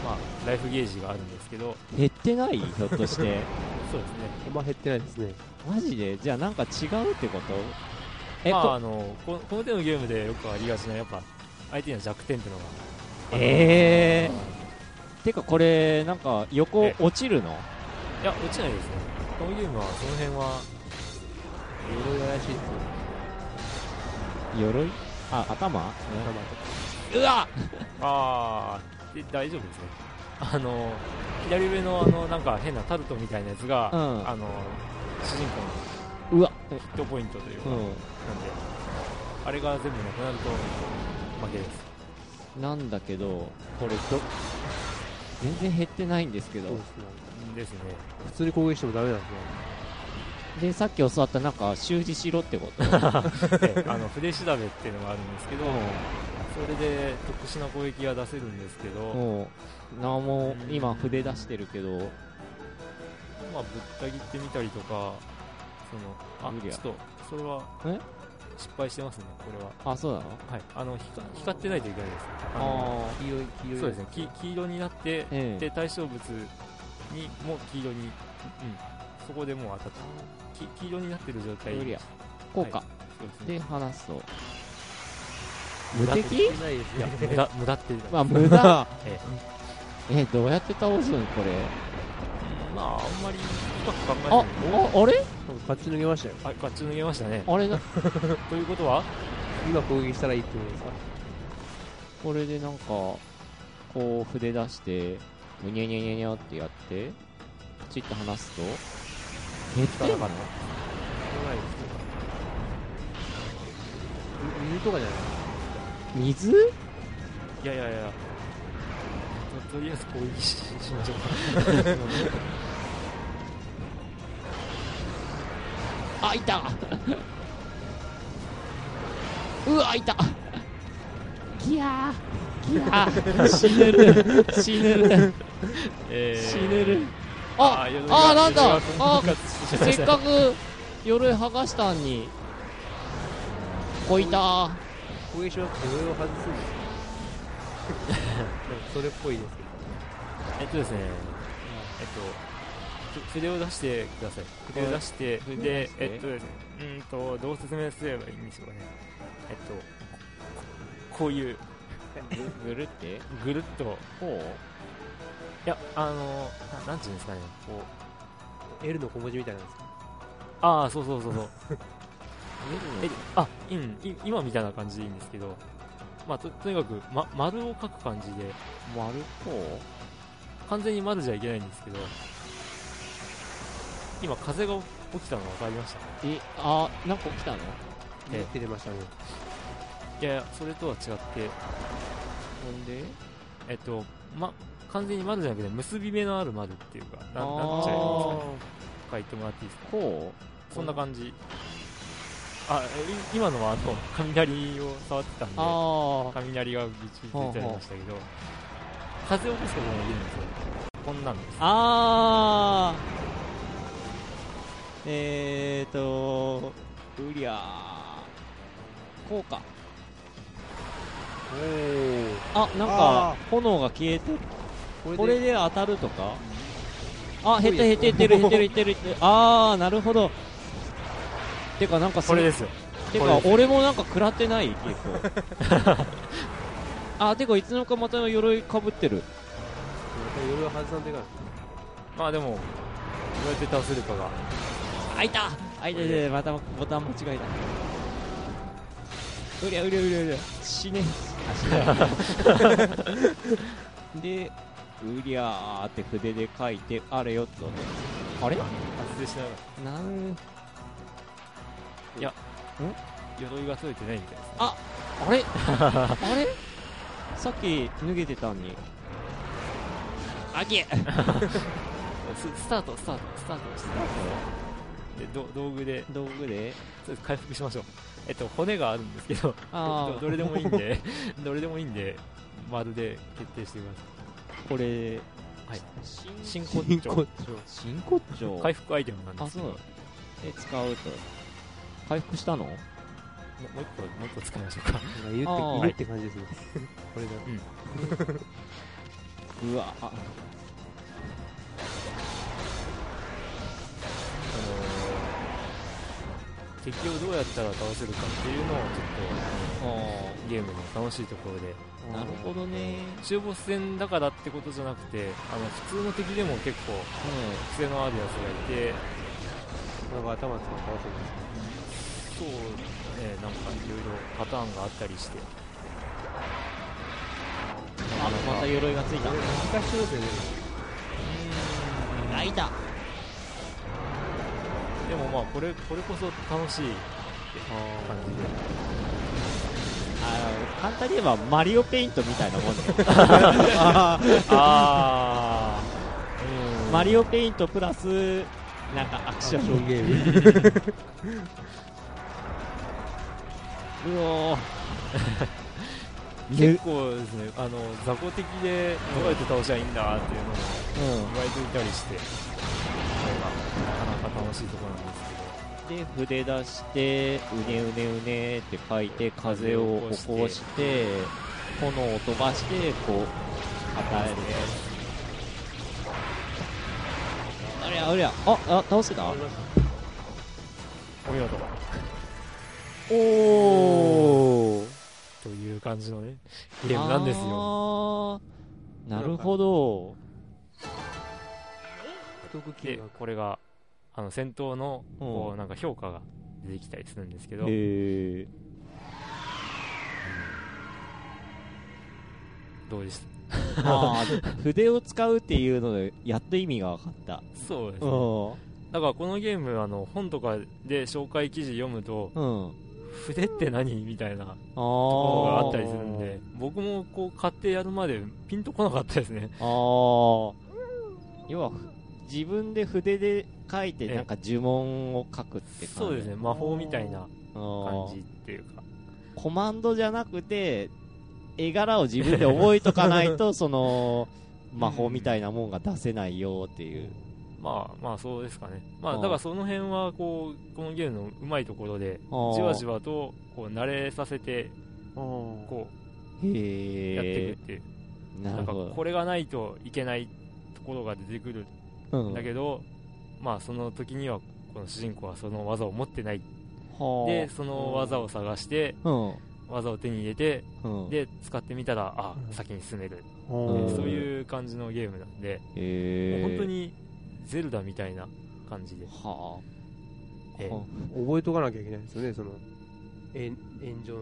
まあ、ライフゲージがあるんですけど、
減ってないひょっとし
そうで
て
すね、
あんま減ってないですね。
マジでじゃあなんか違うってことえ、
まあ、
こ
あのここの手のゲームでよくありがちな、やっぱ相手には弱点っていうのが、
えー、てかこれなんか横
え
落ちるの
いや、落ちないですね、このゲームはその辺は、
いろいろ怪しいですよ。
鎧あ頭
頭
うわ
あーで大丈夫ですねあの左上のあのなんか変なタルトみたいなやつが、
うん
あの主人公の
うわ
ヒットポイントというか、
う
なんであれが全部なくなると負けです
んなんだけどこれど全然減ってないんですけ
そう
ど
ですね。
ですね
普通に攻撃してもダメなんですね。
でさっき教わったなんか習字しろってこと
であの筆調べっていうのがあるんですけど、それで特殊な攻撃が出せるんですけど、
もうなも今筆出してるけど
まあ、ぶった切ってみたりとかそのあ
無
ち
理
ょ
や
っとそれは
え
失敗してますねこれは、
あそうなの
はい、あの光光ってないといけないですあの
あ
黄色い、黄色い。
そうですね。き黄色になって、
あえ
で対象物にも黄色に、うん、そこでもう当たったき黄色になってる状態
無理やこうか、
そうですね
で話すと
無駄
敵
いないです
いや
ね。
無駄無駄っていう
まあ無駄
え
えどうやって倒すんこれ
まああんまり深く考え
あ
ない
ああれ
なんか勝ち抜けましたよ。
あガッチ抜けましたね
あれな
ということは
今攻撃したらいいってことですか
これでなんかこう筆出してむにゃにゃにゃにゃってやってパチッと離すと減ってんの
な
ないですね。水とかじゃない
水
いやいやいやととりあえず攻撃ししましょう
あいた うわいたギヤーギヤー死ぬる死ぬる
えー
死ぬるあ
ー鎧が
あなんだ
鎧が
あ
復活しました
せっかく鎧剥がしたんにこいたー
後遺症は上を外すんですよ でもそれっぽいですけど
えっとですね、えっと、ちょ筆を出してください。筆を出して、それで、
筆を
え
出
っとで
して
すね、うーんと、どう説明すればいいんでしょうかね。えっと、ここういう、
ぐるって
ぐるっと、
こ
いや、あの、ななんていうんですかね、こう、
L の小文字みたいなんですけど
ああ、そうそうそう そう。
う
え、あ、うん、い今みたいな感じでいいんですけど、まあ、と、とにかく、ま、丸を書く感じで、
丸こ
完全に丸じゃいけないんですけど、今、風が起きたの分かりました
うえあなんか起きたの
ええ
出てましたね
いやいや、それとは違って、
ほんで
えっと、ま、完全に丸じゃなくて、結び目のある丸っていうか、ななんちゃいますかね。書いてもらっていいですか
こ
そんな感じ。あ、えい今のは、あの、雷を触ってたんで
う、ああ
雷がビチビチ出ちゃいましたけど、風を起こすこともできるんですよ。こんなんです。
あーえーとうりゃーこうかあなん
あ
か炎が消えて
おお
こ
こ
れ
れで
で当たるとかあ減った減った減ってる減ってる減ってる減ってるああなるほどてかなんか
これですすよ。
て
これ
か
です
俺もなんか食らってない結構 あてかいつの間にかまた鎧かぶってる
いろいろ外さんといかない
まあでも、どうやって倒せるかが。
開いた開いたでまたボタン間違えたうりゃうりゃうりゃうりゃ死ねあ死ねでうりゃーって筆で書いてあれよっとあれ
発生しながら。
なん
鎧が取れてないみたいですね。
あ れあれさっき脱げてたのにあげ
ススタート、スタート、スタート、スタート。で、ど道具で、
道具
と
で
りあえず回復しましょう。えっと、骨があるんですけど、
あ
ど
あ
どれでもいいんで、 どれでもいいんで、丸で決定してくださ
これ
はいい。
新
進行順調。
真骨頂
回復アイテムなんで
あ
すけ
そう
ど、も
で使うと回復したの
もう一個、もう一個使いましょうか。
いる
あ
っ
ー
ているって感じですねこれだ
うわあ
あのー敵をどうやったら倒せるかっていうのをちょっとゲームの楽しいところで
なるほどね
中ボス戦だからってことじゃなくてあの普通の敵でも結構癖のあるやつがいて
なんか頭使って倒せるんです
そうねなんかいろいろパターンがあったりして
あまた鎧がついた
これ難しいですよね
ライダ
でもまあこれこれこそ楽しい感じで
あ簡単に言えばマリオペイントみたいな もんね
ああ
マリオペイントプラスなんかアクション
ゲーム
うおー
結構ですねあの雑魚的でどうやって倒しゃいいんだっていうのも意外といたりしてなかなか楽しいところなんですけど
で筆出してうねうねうねって書いて風を起こして炎を飛ばしてこう与えるありゃありゃああ倒せた
お見事
おお
という感じのねゲームなんですよ
よなるほど
不得金
で
額
これがあの戦闘のこ
う
うんなんか評価が出てきたりするんですけど
へえ
どうでした
あー筆を使うっていうのでやっと意味が分かった
そうです
う
ね
ん
だからこのゲームあの本とかで紹介記事読むと
うん
筆って何みたいなと
あ
ころがあ
あ
ったりするんで僕もこう買ってやるまでピンとこなかったですね
ああ要はふ自分で筆で書いて
ええ
なんか呪文を書くって感じ
そうですね魔法みたいな
あ
感
ー
じっていうか
コマンドじゃなくて絵柄を自分 で覚えとかないとその魔法みたいなもんが出せないよっていう
まあまあそうですかね。まあ
ああ
だからその辺はこう、このゲームのうまいところで、
ああ
じわじわとこう慣れさせて、
こ
こう、やってい
へ
くっていう。
えな
な
る
んか
ほど
これがないといけないところが出てくる
うん
んだけど、まあその時にはこの主人公はその技を持ってない。
はあ
で、その技を探して、
う
技を手に入れて、
んうん
で、使ってみたら、あ
う、ん
先に進める。
う
うん
そういう感じのゲームなんで、もう
へえ
本当にゼルダみたいな感じで。
はあ
ええ
覚えとかなきゃいけないですよねその炎炎上の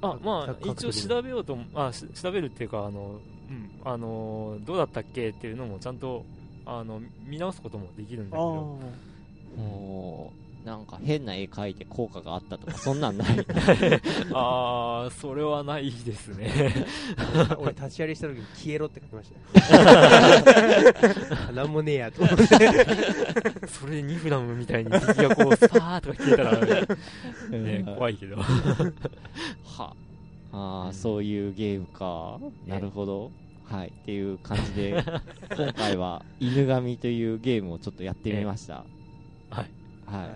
あまあ
各
一応調べようともあし調べるっていうかあの、うん、あのどうだったっけっていうのもちゃんとあの見直すこともできるんだけど
もうなんか変な絵描いて効果があったとかそんなんない
ああそれはないですね
あ 俺立ちやりした時に「消えろ」って書きま した何もねえやと思っ て
それでニフラムみたいに敵がこ うスパーッとか消えたら、 ね、怖いけど
はああーそういうゲームかなるほどはいっていう感じで 今回は「犬神」というゲームをちょっとやってみました
はい
は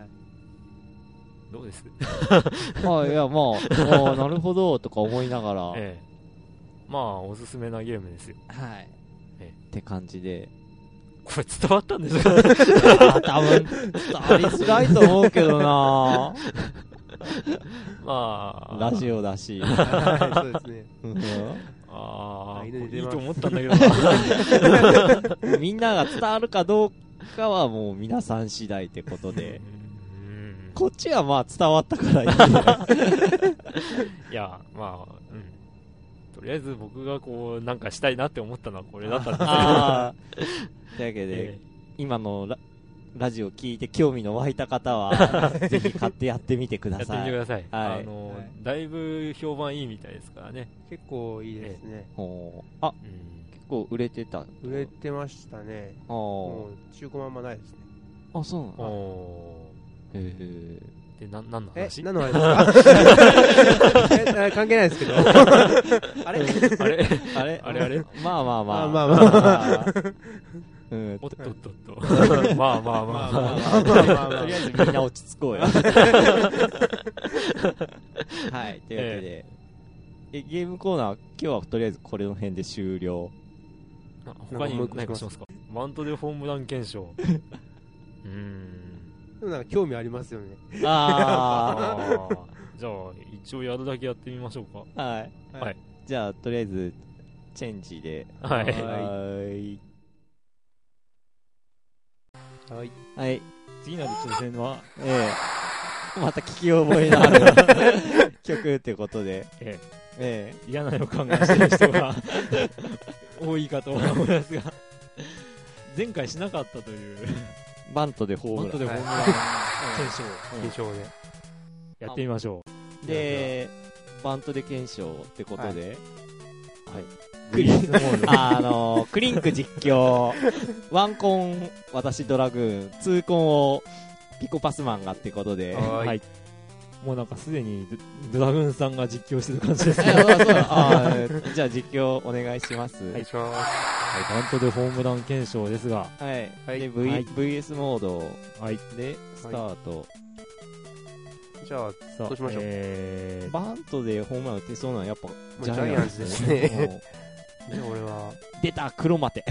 どうです
い、はい、いやまあああなるほどとか思いながら、
ええまあおすすめなゲームですよ
はい
え
って感じで
これ伝わったんでしょうか
あー多分伝わりづらいと思うけどな
まあ
ラジオだし
はいそうですね
ああ
あ
い
犬に
い
出ます
と思ったんだけど な
みんなが伝わるかどうかはもう皆さん次第ってことで
うん
こっちはまあ伝わったからいいんだ
いや、まあ、うん。とりあえず僕がこう、なんかしたいなって思ったのはこれだったんです
あーというわけ
けど
で、
え
今のララジオ聞いて興味の湧いた方はぜひ買ってやってみてく
え、や
だ
ってみ
さ
てく
い
ださい。
はい
あの、
はい
だいぶ評判いいみたいですからね。
結構いいですね
ほうあ
うん。
結構売れてた
売れてましたね
あ
も
ー
う中古まんまないですね
あそうなの
お
へー
ーで、な、なんの
え
話
何の話ですか えあ関係ないですけどあれ
あれ
あれ
あれあれ
まあまあまあ
あまあまあ
うん
おっとっとっと。 まあまあまあまあ。
まあまあまあま
と
あ
りあえずみんな落ち着 こうよ。はい、というわけで、えゲームコーナー、今日はとりあえずこれの辺で終了。
あ他
なんかも
に
う一個
何かしますかマントでホームラン検証。うーん。
でもなんか興味ありますよね
あ
あーじゃあ、一応やるだけやってみましょうか。
あ、 はい。
はい
じゃあ、とりあえず、チェンジで。
はい
はい。
はい
はい。
次なる挑戦は、
ええまた聞き覚えのある 曲ってことで、
ええ
え
嫌な予感がしてる人が 多いかとは思いますが前回しなかったという
えバントでホー
バント
ムラン。
でホームラン検証
検証ね
やってみましょ
で、バントで検証ってことで、はい。
う
クリーン
ズモード
あのクリンク実況、ワンコン、私ドラグーン、ツーコンをピコパスマンがってことで、
はーい
はいもうなんかすでにドドラグーンさんが実況してる感じです
えそうだそうだあー じゃあ実況お願いします。
お
は
願い
い。
します
バントでホームラン検証ですが
はい
で、v
はい
VS モード
はい
でスタート。
じゃあ
さあ
どうしましょう
えー
バントでホームラン打てそうなのはやっぱ
ジ
ジャ
ャ
イ
イ
ア
ア
ン
ン
ツ
ツ
で
ですす
ね。
ね
も
じゃあ俺は
う出た、黒マテ。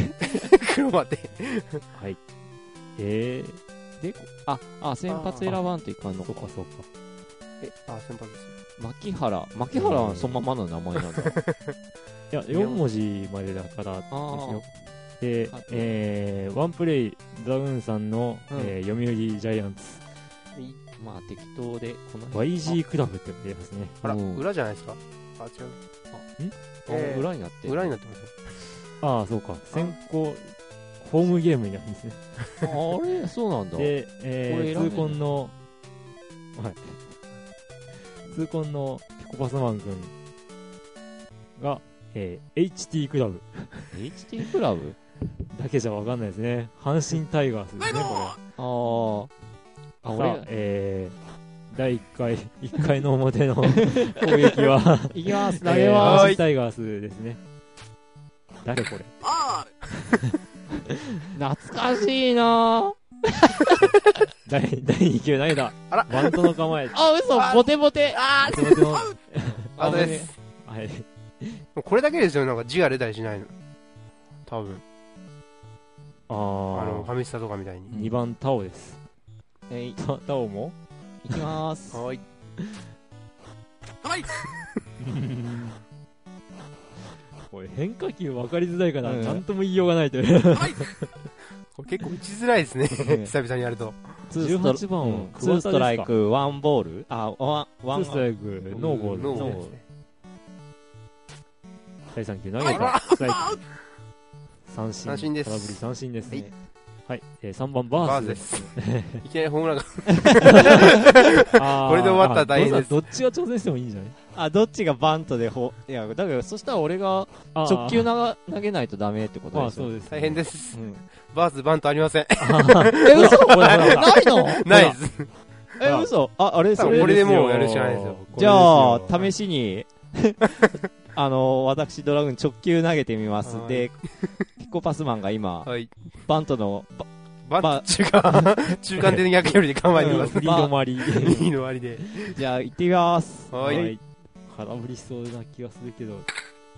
黒まで
はいえー
で、あ、あ、先発選ばんといかんの
そ
か
っ。かそっか
えあ先発ですね
牧原。牧原はそのままの名前なんだ。
いや4文字までだから
あー
で
あと、
えー、ワンプレイ、ダウンさんの、
うん
えー読売ジャイアンツ、
まあ適当で、この辺。
YG クラブって書いてますね。
あら、
うん
裏じゃないですかあ、違う。
あ
えー
裏になってんの
裏になってますね。
ああ、そうか。先行、ホームゲームになるんですね。
あれそうなんだ。
で、
これ
え
選べ
ー、
んの
痛恨の、はい。痛恨のピコパスマン君が、えー、HT クラブ
HT クラブ
だけじゃわかんないですね。阪神タイガースですね、これ。
あー。あ、
さあ
俺、、
えー、第1回、1回の表の 攻撃は、
いきます、 投
投
げ
げ
ま
は阪
す。
神タイガースですね。誰これ
懐かしいなぁ
第 第2球投げた。
あら
バントの構え。
あ、嘘、ボテボテ。
あ手元の
あとです。
はい。
これだけですよ、なんか字が出たりしないの。多分。
あ
あの、フ
の、
ァミスタとかみたいに。
2番タオです。
えい、
タタオも
いきま ーす。
はい。
これ変化球分かりづらいから、
うん
なんとも言いようがないという。
これ結構打ちづらいですね。
ね
久々にやると。
ツーストラ
18番
う
桑
ん
田です
ツ
か
ーストライク、ワンボールあ、ワン、ワ
ワ
ン
ンストライク、ノーゴール。
ノーゴー
ノ
ルで
ー
す
ゴ
ね。
第3球投げた。ストライク。三振。
三振です
空振り三振ですね。はい。えー3番バ
バ
ー
ー
ス
ス
で
ですす。。いきなりホームランが。
あー
これで終わったら大変です
あどっちが挑戦してもいいんじゃない
あ、どっちがバントでほ、いや、だけど、そしたら俺が
あー
直球なが投げないとダメってこと
まあ
でし
そ
ょ。
うです。
大変
で
です
う。ん。
バース、バントありません。
え、嘘
ほらほら
ないの
ないです。
え、嘘あ、あれ、
多
そ
分
れ
これでもうやるしかないですよ
じゃあ、
め
試しに、あの、私、ドラグーン直球投げてみます
は。い
で、ピコパスマンが今、
はい。
バントの、ば
バ
ま
ン
あ
ト、中間、 中間で逆よりで構えてます。
リード回り。
いいのありで。
じゃあ、行ってみます。
は。
はいい。空振りしそうな気がするけど、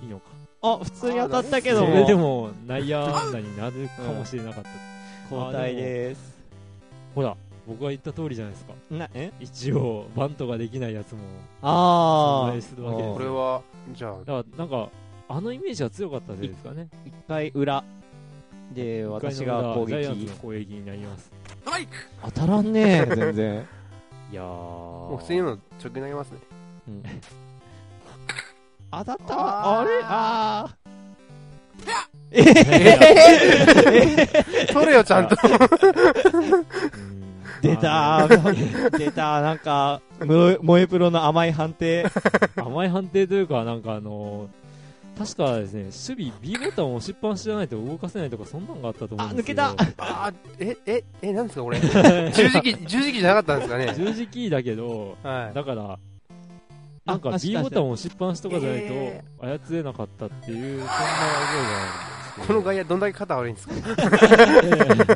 いいのか。
あ、普通に当たったけ
けど
ど
それで
も、
も、内野安打になるかもしれなかった。
交代です。
ほら、僕が言った通りじゃないですか。
な、え
一応、バントができないやつも存
あ
在
ー
するわけですよ。
これは、じゃあ、
だから、なんか、あのイメージは強かったですかね。
一回裏。で、私が攻
ジャイアン
撃
ツの。攻撃になります。
当たらんねえ、全然。
いや
も
ー。
う普通にも直球投げますね。
うん当たったあれあ
取れよ、ちゃんと。
うん
ー出たー出たーなんか、萌え萌えプロの甘い判定。
甘い判定というか、なんかあのー確かですね、守備 B ボタンを押しっぱなしじゃないと動かせないとか、そんなんがあったと思うんですけど。
あ抜
あーえ、え、え、なんですか、こ れ。十字キー、十字キーじゃなかったんですかね。
十字キーだけど、
はい。
だから、なん
あ
か
確か
B
に
ボタンを押しっぱなしとかじゃないと
え
操れなかったっていう、そんな
こ
覚
の
えがあ
外野、どんだけ肩悪いんですか
るんです けど。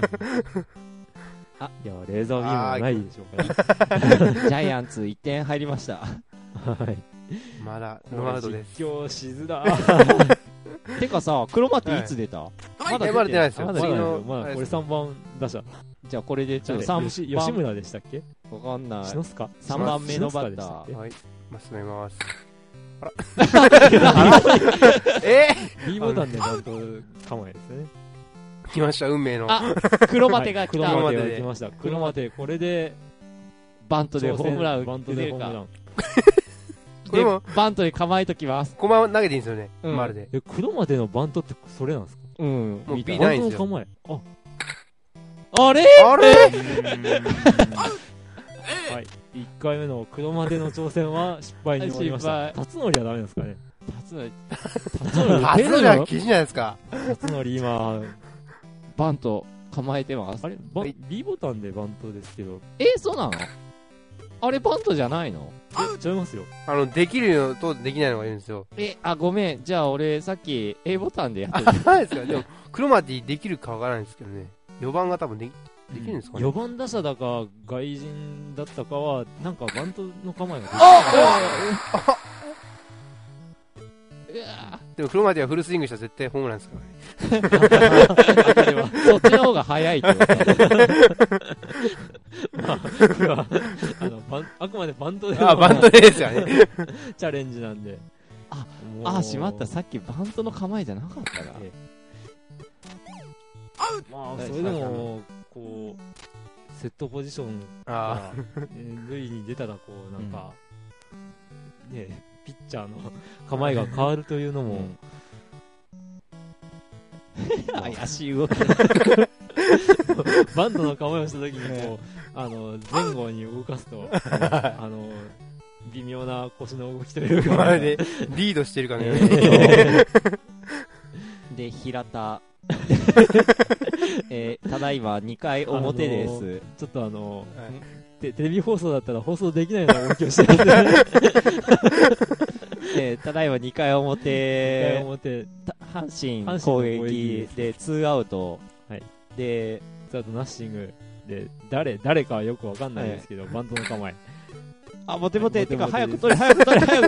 あ、いや、レーザービームはないでしょうか
ジャイアンツ1点入りました。
ら。はい。
まだ、ノーアウトです。
実況しづら。
てかさ、クロマティいつ出た
まだまだ出てないですよ。
まだ
次
出ない
の
よ、ま
あ
だ
れ
こ
で
れ
す
3番打者。
じゃあこれでちょっと
誰
3
吉吉
番、
村でしたっけ
わかんない。
篠塚
3番目のバッタ
篠塚で
ー
したっ
はい。まあ、進めます。あら。 え
け B ボタンでなんと構えですね。
ー来ました、運命の。
あ黒バテが来
黒
た。
マ
黒
テ
マテ
が
で
来ました。黒マテ、これで、
バントでホームラン
バ
打
ン
っ
ト
て
で
出
ホー
る
ムラ
か。
ン。
これも、
バントで構えときます。
コマ投げていいんですよね。
うん
丸で。
え、黒マテのバントってそれなんですか
うん。
もう B
バ
な
ン
いん
ト
で
の
すよ。
構え。あ、
あれ
あれ
はい、1回目の黒までの挑戦は失敗に終わりました。
失
辰則はダメなんですかね。
初の
あ、
打て
そ
る
れ
よ
は記事じゃないですか。
辰則今、
バント構えてます
あ。れ、ば
はい、
B ボタンでバントですけど、
えそうなのあれバントじゃないの
えちゃいますよ。
あの、できるのとできないのがいるんで すよ。
え、あ、ごめん。じゃあ俺さっき A ボタンでやってた。
何ですかでも、クロマティできるかわからないですけどね。4番が多分でき、できるんですかね
4番打者だか、外人だったかは、なんかバントの構えができ
うわ
でも、クロマティはフルスイングしたら絶対ホームランですからね。
ぁそっちの方が早いってこと
たのがあのバンあくまでバントでの
あ、バントでですよね。
チャレンジなんで。
あ
もう、
あ、しまった。さっきバントの構えじゃなかったな。
えまあ、それでも、こう、セットポジション
あ
あ塁に出たらこうなんか、ねえピッチャーの構えが変わるというのも、
怪しい動き。
バントの構えをした時にこうあの前後に動かす とあの微妙な腰の動きという
あ。ま
か
るで、リードしてる かのように。
えーとで、平 田。えーただいま2回表で
あの
す。
ちょっとあの
はい
テテレビ放送だったら放送できないような動きをして るんで
えーただいま2回表、
思って
た阪神
阪神の
攻
攻撃
撃でツーアウト、
はいで、その後ナッシングで、誰、誰かはよくわかんないですけど、バントの構え。
あ、モテモテ。てか、
モテ
早
モテで
く
す
取れ、早く取れ、早く。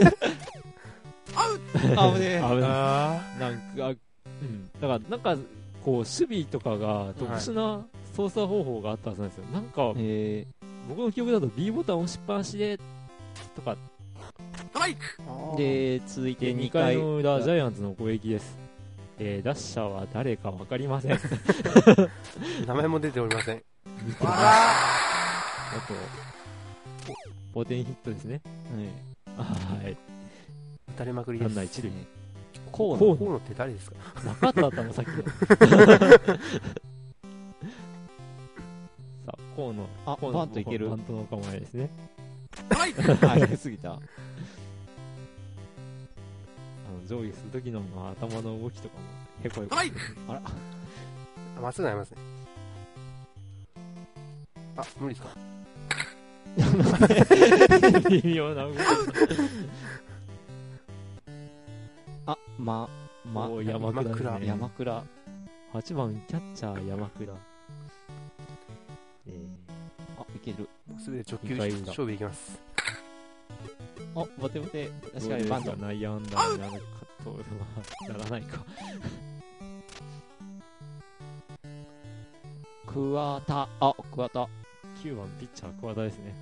あぶ
危
ね
ない。
あ
なんか、うん、だから、なんか、こう、守備とかが特殊な操作方法があったはずなんですよ。なんか、
え。
僕の記憶だと B ボタン押しっぱなしで、とか、
ー
で、続いて
で、
2
2
回
回。の裏、ジャイアンツの攻撃です。えー、ダッシャーは誰かわかりません。あ
名前も出ておりません。
と、ポテンヒットですね。
はい
はい。
打たれまくりで
ラ
す
ン。ナー一塁。
コ
ーナ
ーノって誰ですか
中田だったの、さっきの。さあ、河野。
あ
河野
バントいける
バン トの構えですね。
あ、低 すぎた。
あの、上下する時のまあ頭の動きとかも、へこへこ。
あまっすぐなりますね。あ、無理ですか
微妙な動き。
あ、ま、ま、
おー山倉です
山
ね。
山倉。
8番、キャッチャー、山倉。え
あ、いける。
もうすぐで直球
二回打った
勝負いきます。
あ、モテモテ。
ー、
確かにバン
どうで
ド
す。内野安打になるかと、まあならないか。
桑田。あ、桑田。
9番、ピッチャー、桑田ですね。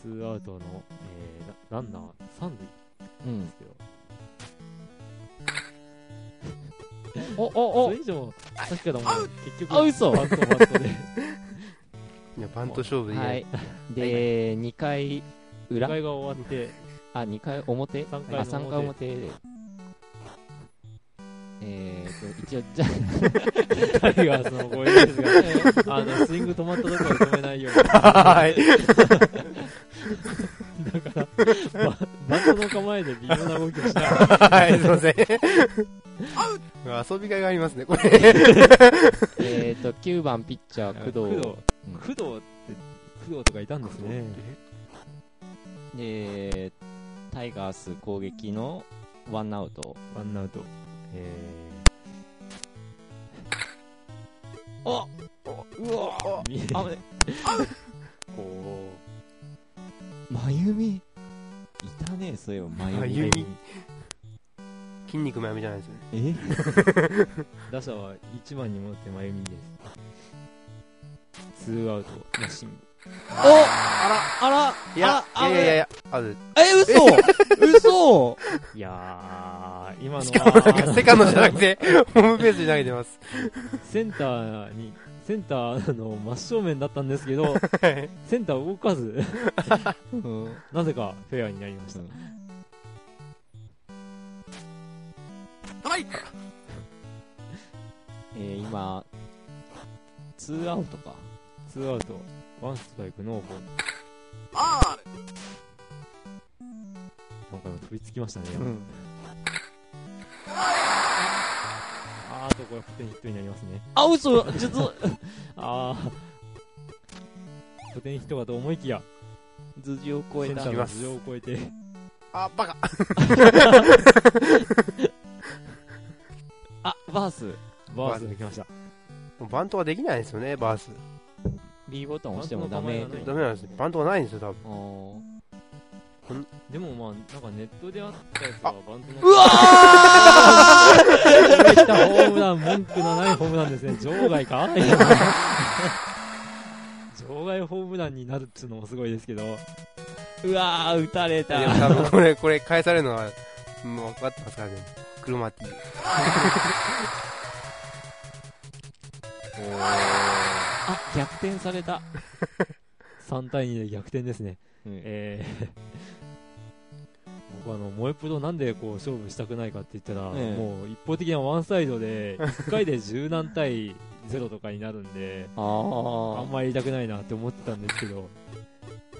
ツーアウトの、えー、ラランナー、三塁
うん
です。けど、
お、お、
そ
お
れ。以上、さっきからもう、結局、
あ嘘
バントバントで、
いや、バント勝負でいいね
はい。で、2回裏
試合が終わって、
あ、2回表
三回
あ、
の
3回
表、
表で。えーと、一応、じゃ
タイガースの攻撃ですが、あの、スイング止まったところで止めないように。
はい。
バントの構えで微妙な動きをしたら、
はい、すいま せん。遊びがいがありますね、これ。
えーと、9番ピッチャー、工藤。うん
工藤、工藤って、工藤とかいたんですね。
で、タイガース攻撃のワンアウト。
ワンアウト。え
あうわ
ー、見え
あぶね、
こ
まゆみ。いたね、そういえば、ま
まゆ
ゆみ。
み筋肉まゆみじゃないですよね。
え
う、打者は1番に戻って真由美です。ツーアウト、ナッシング。
おあらあら
いや、
あ
いやいやいや、ある。
え、嘘嘘
いやー、今のは、
しかも なんか、セカンドじゃなくて、ホームページに投げてます。
センターに、センターの真正面だったんですけど、
はい
センター動かず、
うん
なぜかフェアになりました。
えー、今、ツーアウトか。
ツーアウト、ワンストライク、ノーボール。なんか今飛びつきましたね、
ん。
あーとこれポテンヒットになりますね。
あ、嘘ちょっと、
あー。ポテンヒットかと思いきや、
頭上を超
セ
え
ンタ
た
ー。の頭上を越えて、
あ、バカ。
あ、バース。
バースが来ました。
もうバントはできないですよね、バース。
B ボタン押してもダ
バ
メ
ントの構えが。
ダメなんですね。バントはないんですよ、多分。
おー
でもまあ、なんかネットであったやつはバントの。
うわ
こういったホームラン、文句のないホームランですね。場外 か場外ホームランになるっつうのもすごいですけど、
ーうわー、撃たれ
でも
た。
多分これ、これ返されるのは、もう分かってますからね。車って。
あ、逆転された。
3対2で逆転ですね。
え
えー、 僕あの、萌えプロなんでこう勝負したくないかって言ったら、
ええ
もう一方的なワンサイドで、1回で十何対0とかになるんで、
あ
あん
ー。
まり言いたくないなって思ってたんですけど、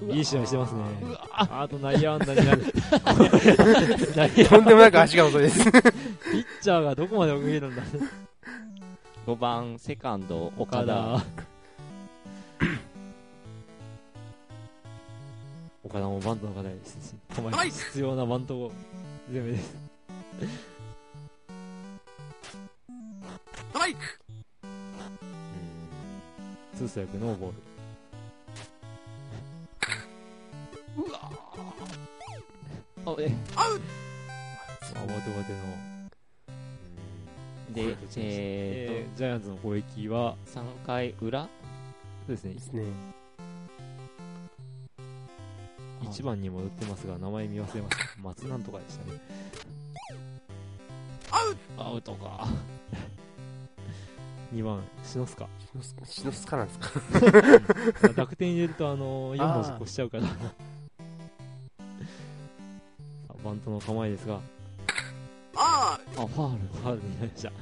いい試合してますね。
うわー
あと内野安打になる。内野
とんでもなく足が遅いです。
ピッチャーがどこまで泳げるんだ
5番、セカンド、
岡
岡田
田。岡田もバントの課題ですし、たまに必要なバントを攻めです。
イク
ツーストライクノーボール
うわ
あえ
あボテボテの
で、
え
え
ージャイアンツの攻撃は
ー、と、3回裏
そうですね
ですね。
1番に戻ってますが名前見忘れました松なんとかでしたね
アウト か。
2番篠塚
シノスカなんですか
濁点入れるとあの4文字越しちゃうからさあバントの構えですが
あ
あファールファールになりました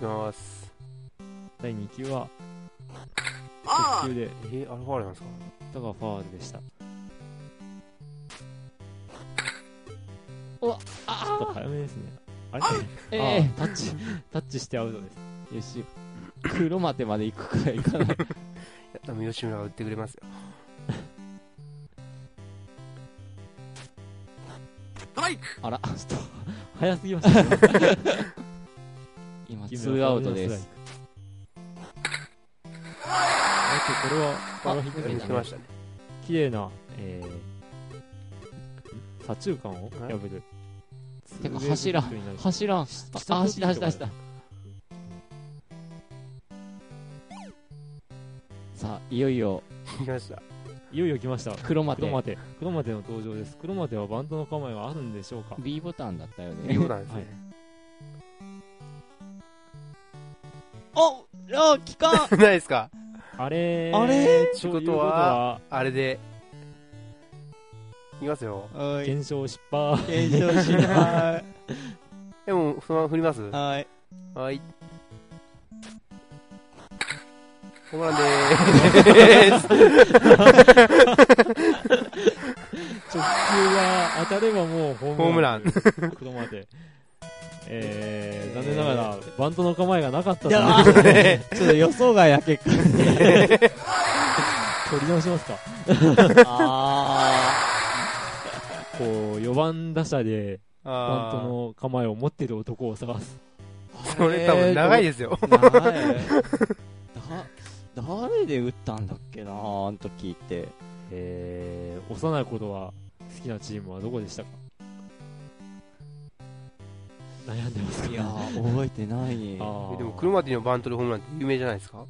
ナース。
第2球は
あ
1球で
えー、アルファールなんですか
だがファールでした
うわ
ちょっと早めですねあれ
え
あ
え
タッチタッチしてアウトです
ー、よし。黒マテまで行くか行かない。
いや、多分吉村が打ってくれますよ。
ストライク
あら、
ちょっと早すぎましたね
今、ツーアウトです。
あとこれは、これはヒット
見
です
つけ
ね
ま。したね。
綺麗な、えー、左中間を破る。
てか柱
ツーベースヒットになる
走らん。あ、
下
走った、走った、走った。さあ、いよいよ、
見ました。
いよいよ来ました。
黒マテ
黒。マテ。黒マテの登場です。黒マテはバントの構えはあるんでしょうか
B ボタンだったよ
見
ね。
事なんです
は
ね
い。
おあ、期間
ないですか
あれー
あれ
という
ってことはあれで。いきますよ。
と
は
はい
い。
検証失敗。
検証しな
でも、そのまま振ります
い。はい。
はい。ホームランでーす。
直球が当たればもうホー
ホーム
ム
ラ
ラ
ン
ン。。黒マテ。えー、残念ながら、バントの構えがなかった
いや
の
あ
で、
ちょっと予想外や結果。
取り直しますか。
あ
こう、4番打者で、バン
あ
トの構えを持ってる男を探す。
ーそれ多分長いですよ。
ー。長い。だ、誰で打ったんだっけなあの時って。
えー、幼い頃は好きなチームはどこでしたか悩んでますか
いやー、覚えてないに。
あ
う
ー
でも、クロマティのバントでホームランって有名じゃないですか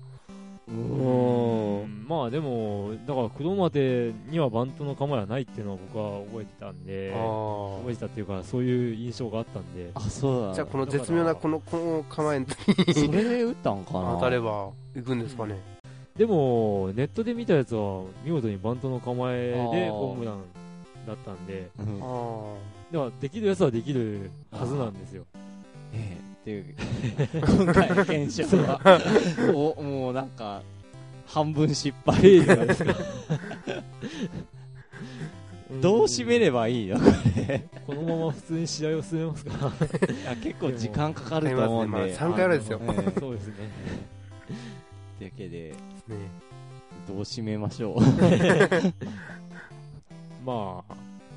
う
ーん。
んまあでも、だから、黒マテにはバントの構えはないっていうのは僕は覚えてたんで、
あ
覚えてたっていうか、そういう印象があったんで、
あ、そう
あ。
だ。
じゃあ、この絶妙なこの、この構えに
それで打ったんかな
当たれば、行くんですかね。
でも、ネットで見たやつは、見事にバントの構えで
あー
ホームランだったんで、
うん
ああ。
え
ではできるやつはできるはずなんですよ。
えっていう。今回の検証は。 お、もうなんか、半分失敗。どう締めればいいの
このまま普通に試合を進めますか
いや結構時間かかると
でも
思うんで、
ありますねまあ3回裏ですよ
あのええ
そうですね。
というわけで
ね
どう締めましょう
まあ、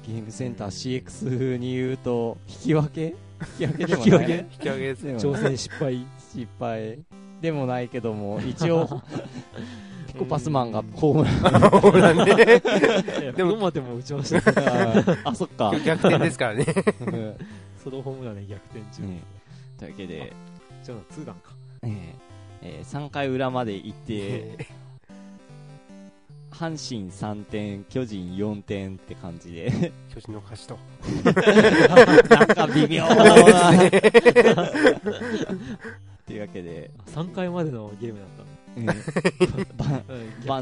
ゲームセンター CX 風に言うと引き分け引き分けでも
引き
な
上
い
げ引き上げですね。
でも
挑
ない
戦失敗。
失敗でもないけども一 応ピコパスマンがホームラン
ホームランで。
で
も
も、どまでも打ちました。
あそっか、
逆転ですからね。
うんね
ソロホームランで逆転中。
というわけで、
じゃあ、ツーランか。
えええー3回裏まで行って
え
阪神3点巨人4点って感じで
ー巨人の勝ちと。
なんか微妙だなというわけで
3回までのゲームだっ
うんばん
た。うん
バ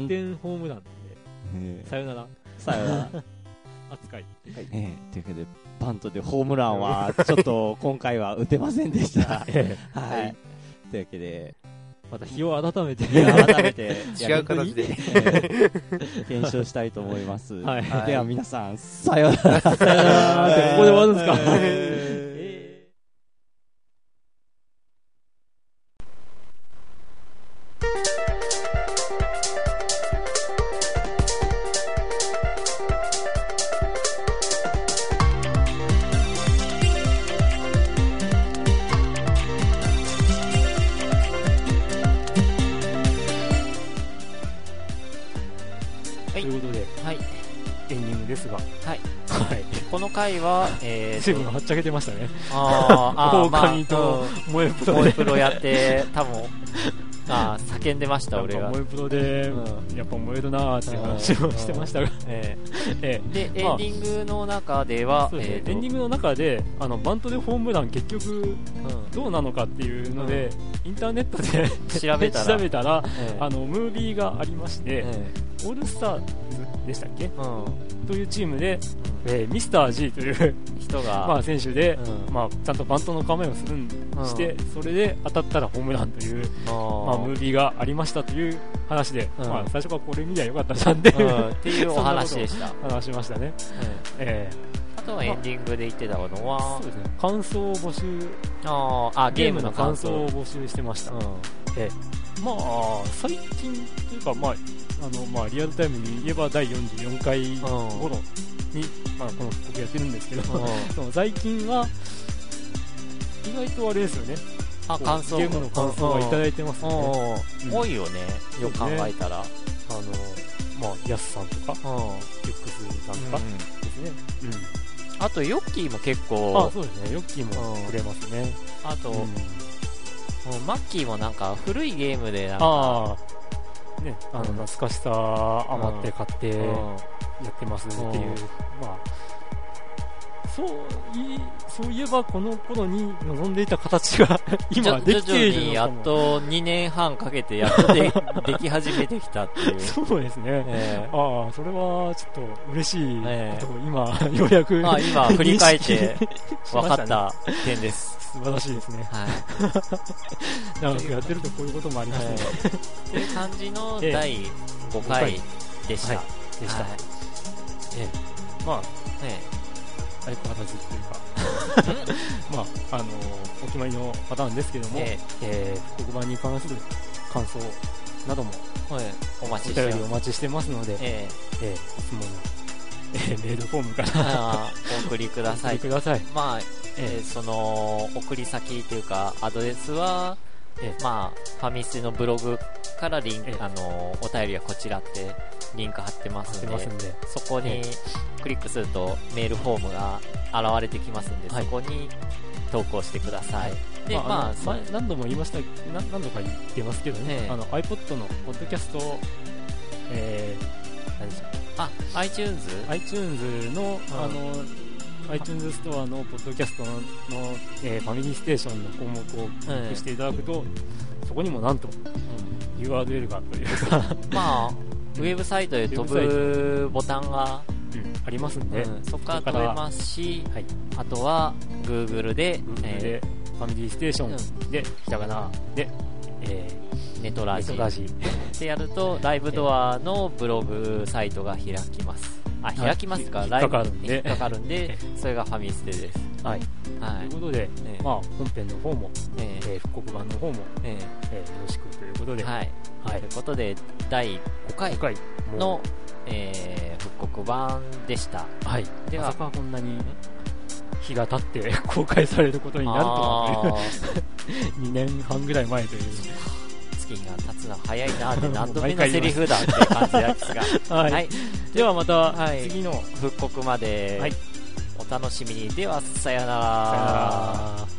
逆
ン
転ホームランで、
え
さよなら
ーさよなら、
扱い。
えーというわけでバントでホームランはちょっと今回は打てませんでしたはいというわけで
また日を改めて。
改めて
違う形で。
えー 検証したいと思います、
はい。
はい
では皆さんさようなら
さよならって、ここで終わるんですか。えームですが、
はい。
はい。
この回は、え
水
ー
分
と、
はっちゃけてましたね。
あーあー、まあ、
狼と
うん
萌えプロ
ボ
で
イ。プロやって、多分、ああ、叫んでました、
なん
俺
か
が
萌。えプロで、やっぱ燃えるなーって話をしてましたが、
え
え
ーで、エンデ
まあ
ィングの中では、
そうですね
えーと
エンディングの中であのバントでホームラン結局
うん
どうなのかっていうので、インターネットで
調べたら
調べたら
えー
あのムービーがありまして、
え
オールスターズでしたっけ
ー
というチームで、えーミスター G という、
うん人
まあ、
が、
選手で、
うん
まあ、ちゃんとバントの構えをするん
うん
して、それで当たったらホームランという、
あー
まあ、ムービーがありましたという話で、
うん
まあ、最初からこれ見りゃよかったじゃんっていう、
うんっていうお話 でした。
話しましたね。えー
あとはエンディングで言ってたのは
そう、ですね、感想を募集
あーあ、ゲ
ゲ
ー
ー
ム
ム
の
の
感
感
想
想
を
を。募集してました、
うん
まあ最近というか、まああのまあ、リアルタイムに言えば第44回頃に、まあ、この僕やってるんですけど、でも最近は意外とあれですよね
あ、
こう
感想。
ゲームの感想はいただいてます
う
ね、
ん
あ
うん多いよね、よく考えたら。
のまあヤスさんとか
うん
リュックスさんとかですね、
あと、ヨッキーも結
あ
構、
そうですねヨッキーもくれますね、
あと、
うん
もうマッキーもなんか古いゲームでなんか、
ああねあの懐かしさ余って買って、
うん
やってますっていう、
うん
まあそういそういえばこの頃に望んでいた形 が
じ
今
ょ
で
徐
きてい
々
る
に
の
や
か
っ
も
と2年半かけてやっ とででき始めてきたっていう。
そうですね、
え
ああそれはちょっと嬉しい
ええ
ことを今、ようやく
えまあ今振り返 っ
認
て
識しまし
分か
ね
った点です。
素晴らしいですね
はい。
長くやってるとこういうこともありますね、
っていう感じの
ええ
第5回でした。
はいでした、
はい
まあ
え
相変わらずっていうかまああのお決まりのパターンですけども、
ええ
えー黒板に関する感想なども
えはいお待ち
お
して
便
ま
りお
す。
待ちしてますので、
ええ
えーいつもの、えーメールフォームから
あーお送りくだ
お
さ
送り
い
く。ださい。
まあ、えーその、送り先というか、アドレスは、
えー
まあ、ファミステのブログからリン
ええ
あのお便りはこちらってリンク貼ってま
待っ
す
て
ん
ま
です
んで、
そこ
え
にクリックするとメールフォームが現れてきますんで、
はい
そこに投稿してください、でまあ、
の
そ
前何度も言いましたな何度か言ってますけどね、
ええ
あの iPod のポッドキャストを、えー何でしたっ
あ iTunes?
け iTunes の、あの iTunes ストアのポッドキャストのの、えーファミリーステーションの項目をクリックしていただくと、そこにもなんと URL がというか、
まあウェブサイトへ飛
ウェ
ぶボタンが、
ありますんで、
うんそこから飛べますし、
はい
あとは Google で、
で
え
ファミリーステーションで、ひらがなで、え
ーネト
ー、
ラ
ネ
ジ
ットラジ
ってやると、ライブドアのブログサイトが開きます。あ、開きますか、
引っ
ラ
か
イブ
かるんで
引っかかる んで、それがファミステです。
はい。
は
とい。
いう
ことで、
ね
まあ、本編の方も、
ね
えー、復刻版の方も、
ね
えーよろしくということで、
はい。
はい
ということで、第5回
今回も
の、えー復刻版でした。
はい、
では
まさかこんなに日が経って 公開されることになると
あ
は
ー
と いう、2年半ぐらい前という、
月日が経つの早いなって何
もう
度目
毎
の
回
セリ
言い
フだっていう感じですが。
は
はい。
ではまた、
はい
次の、
復刻まで、
はい
お楽しみに。では、さよ
さよ
う
なら。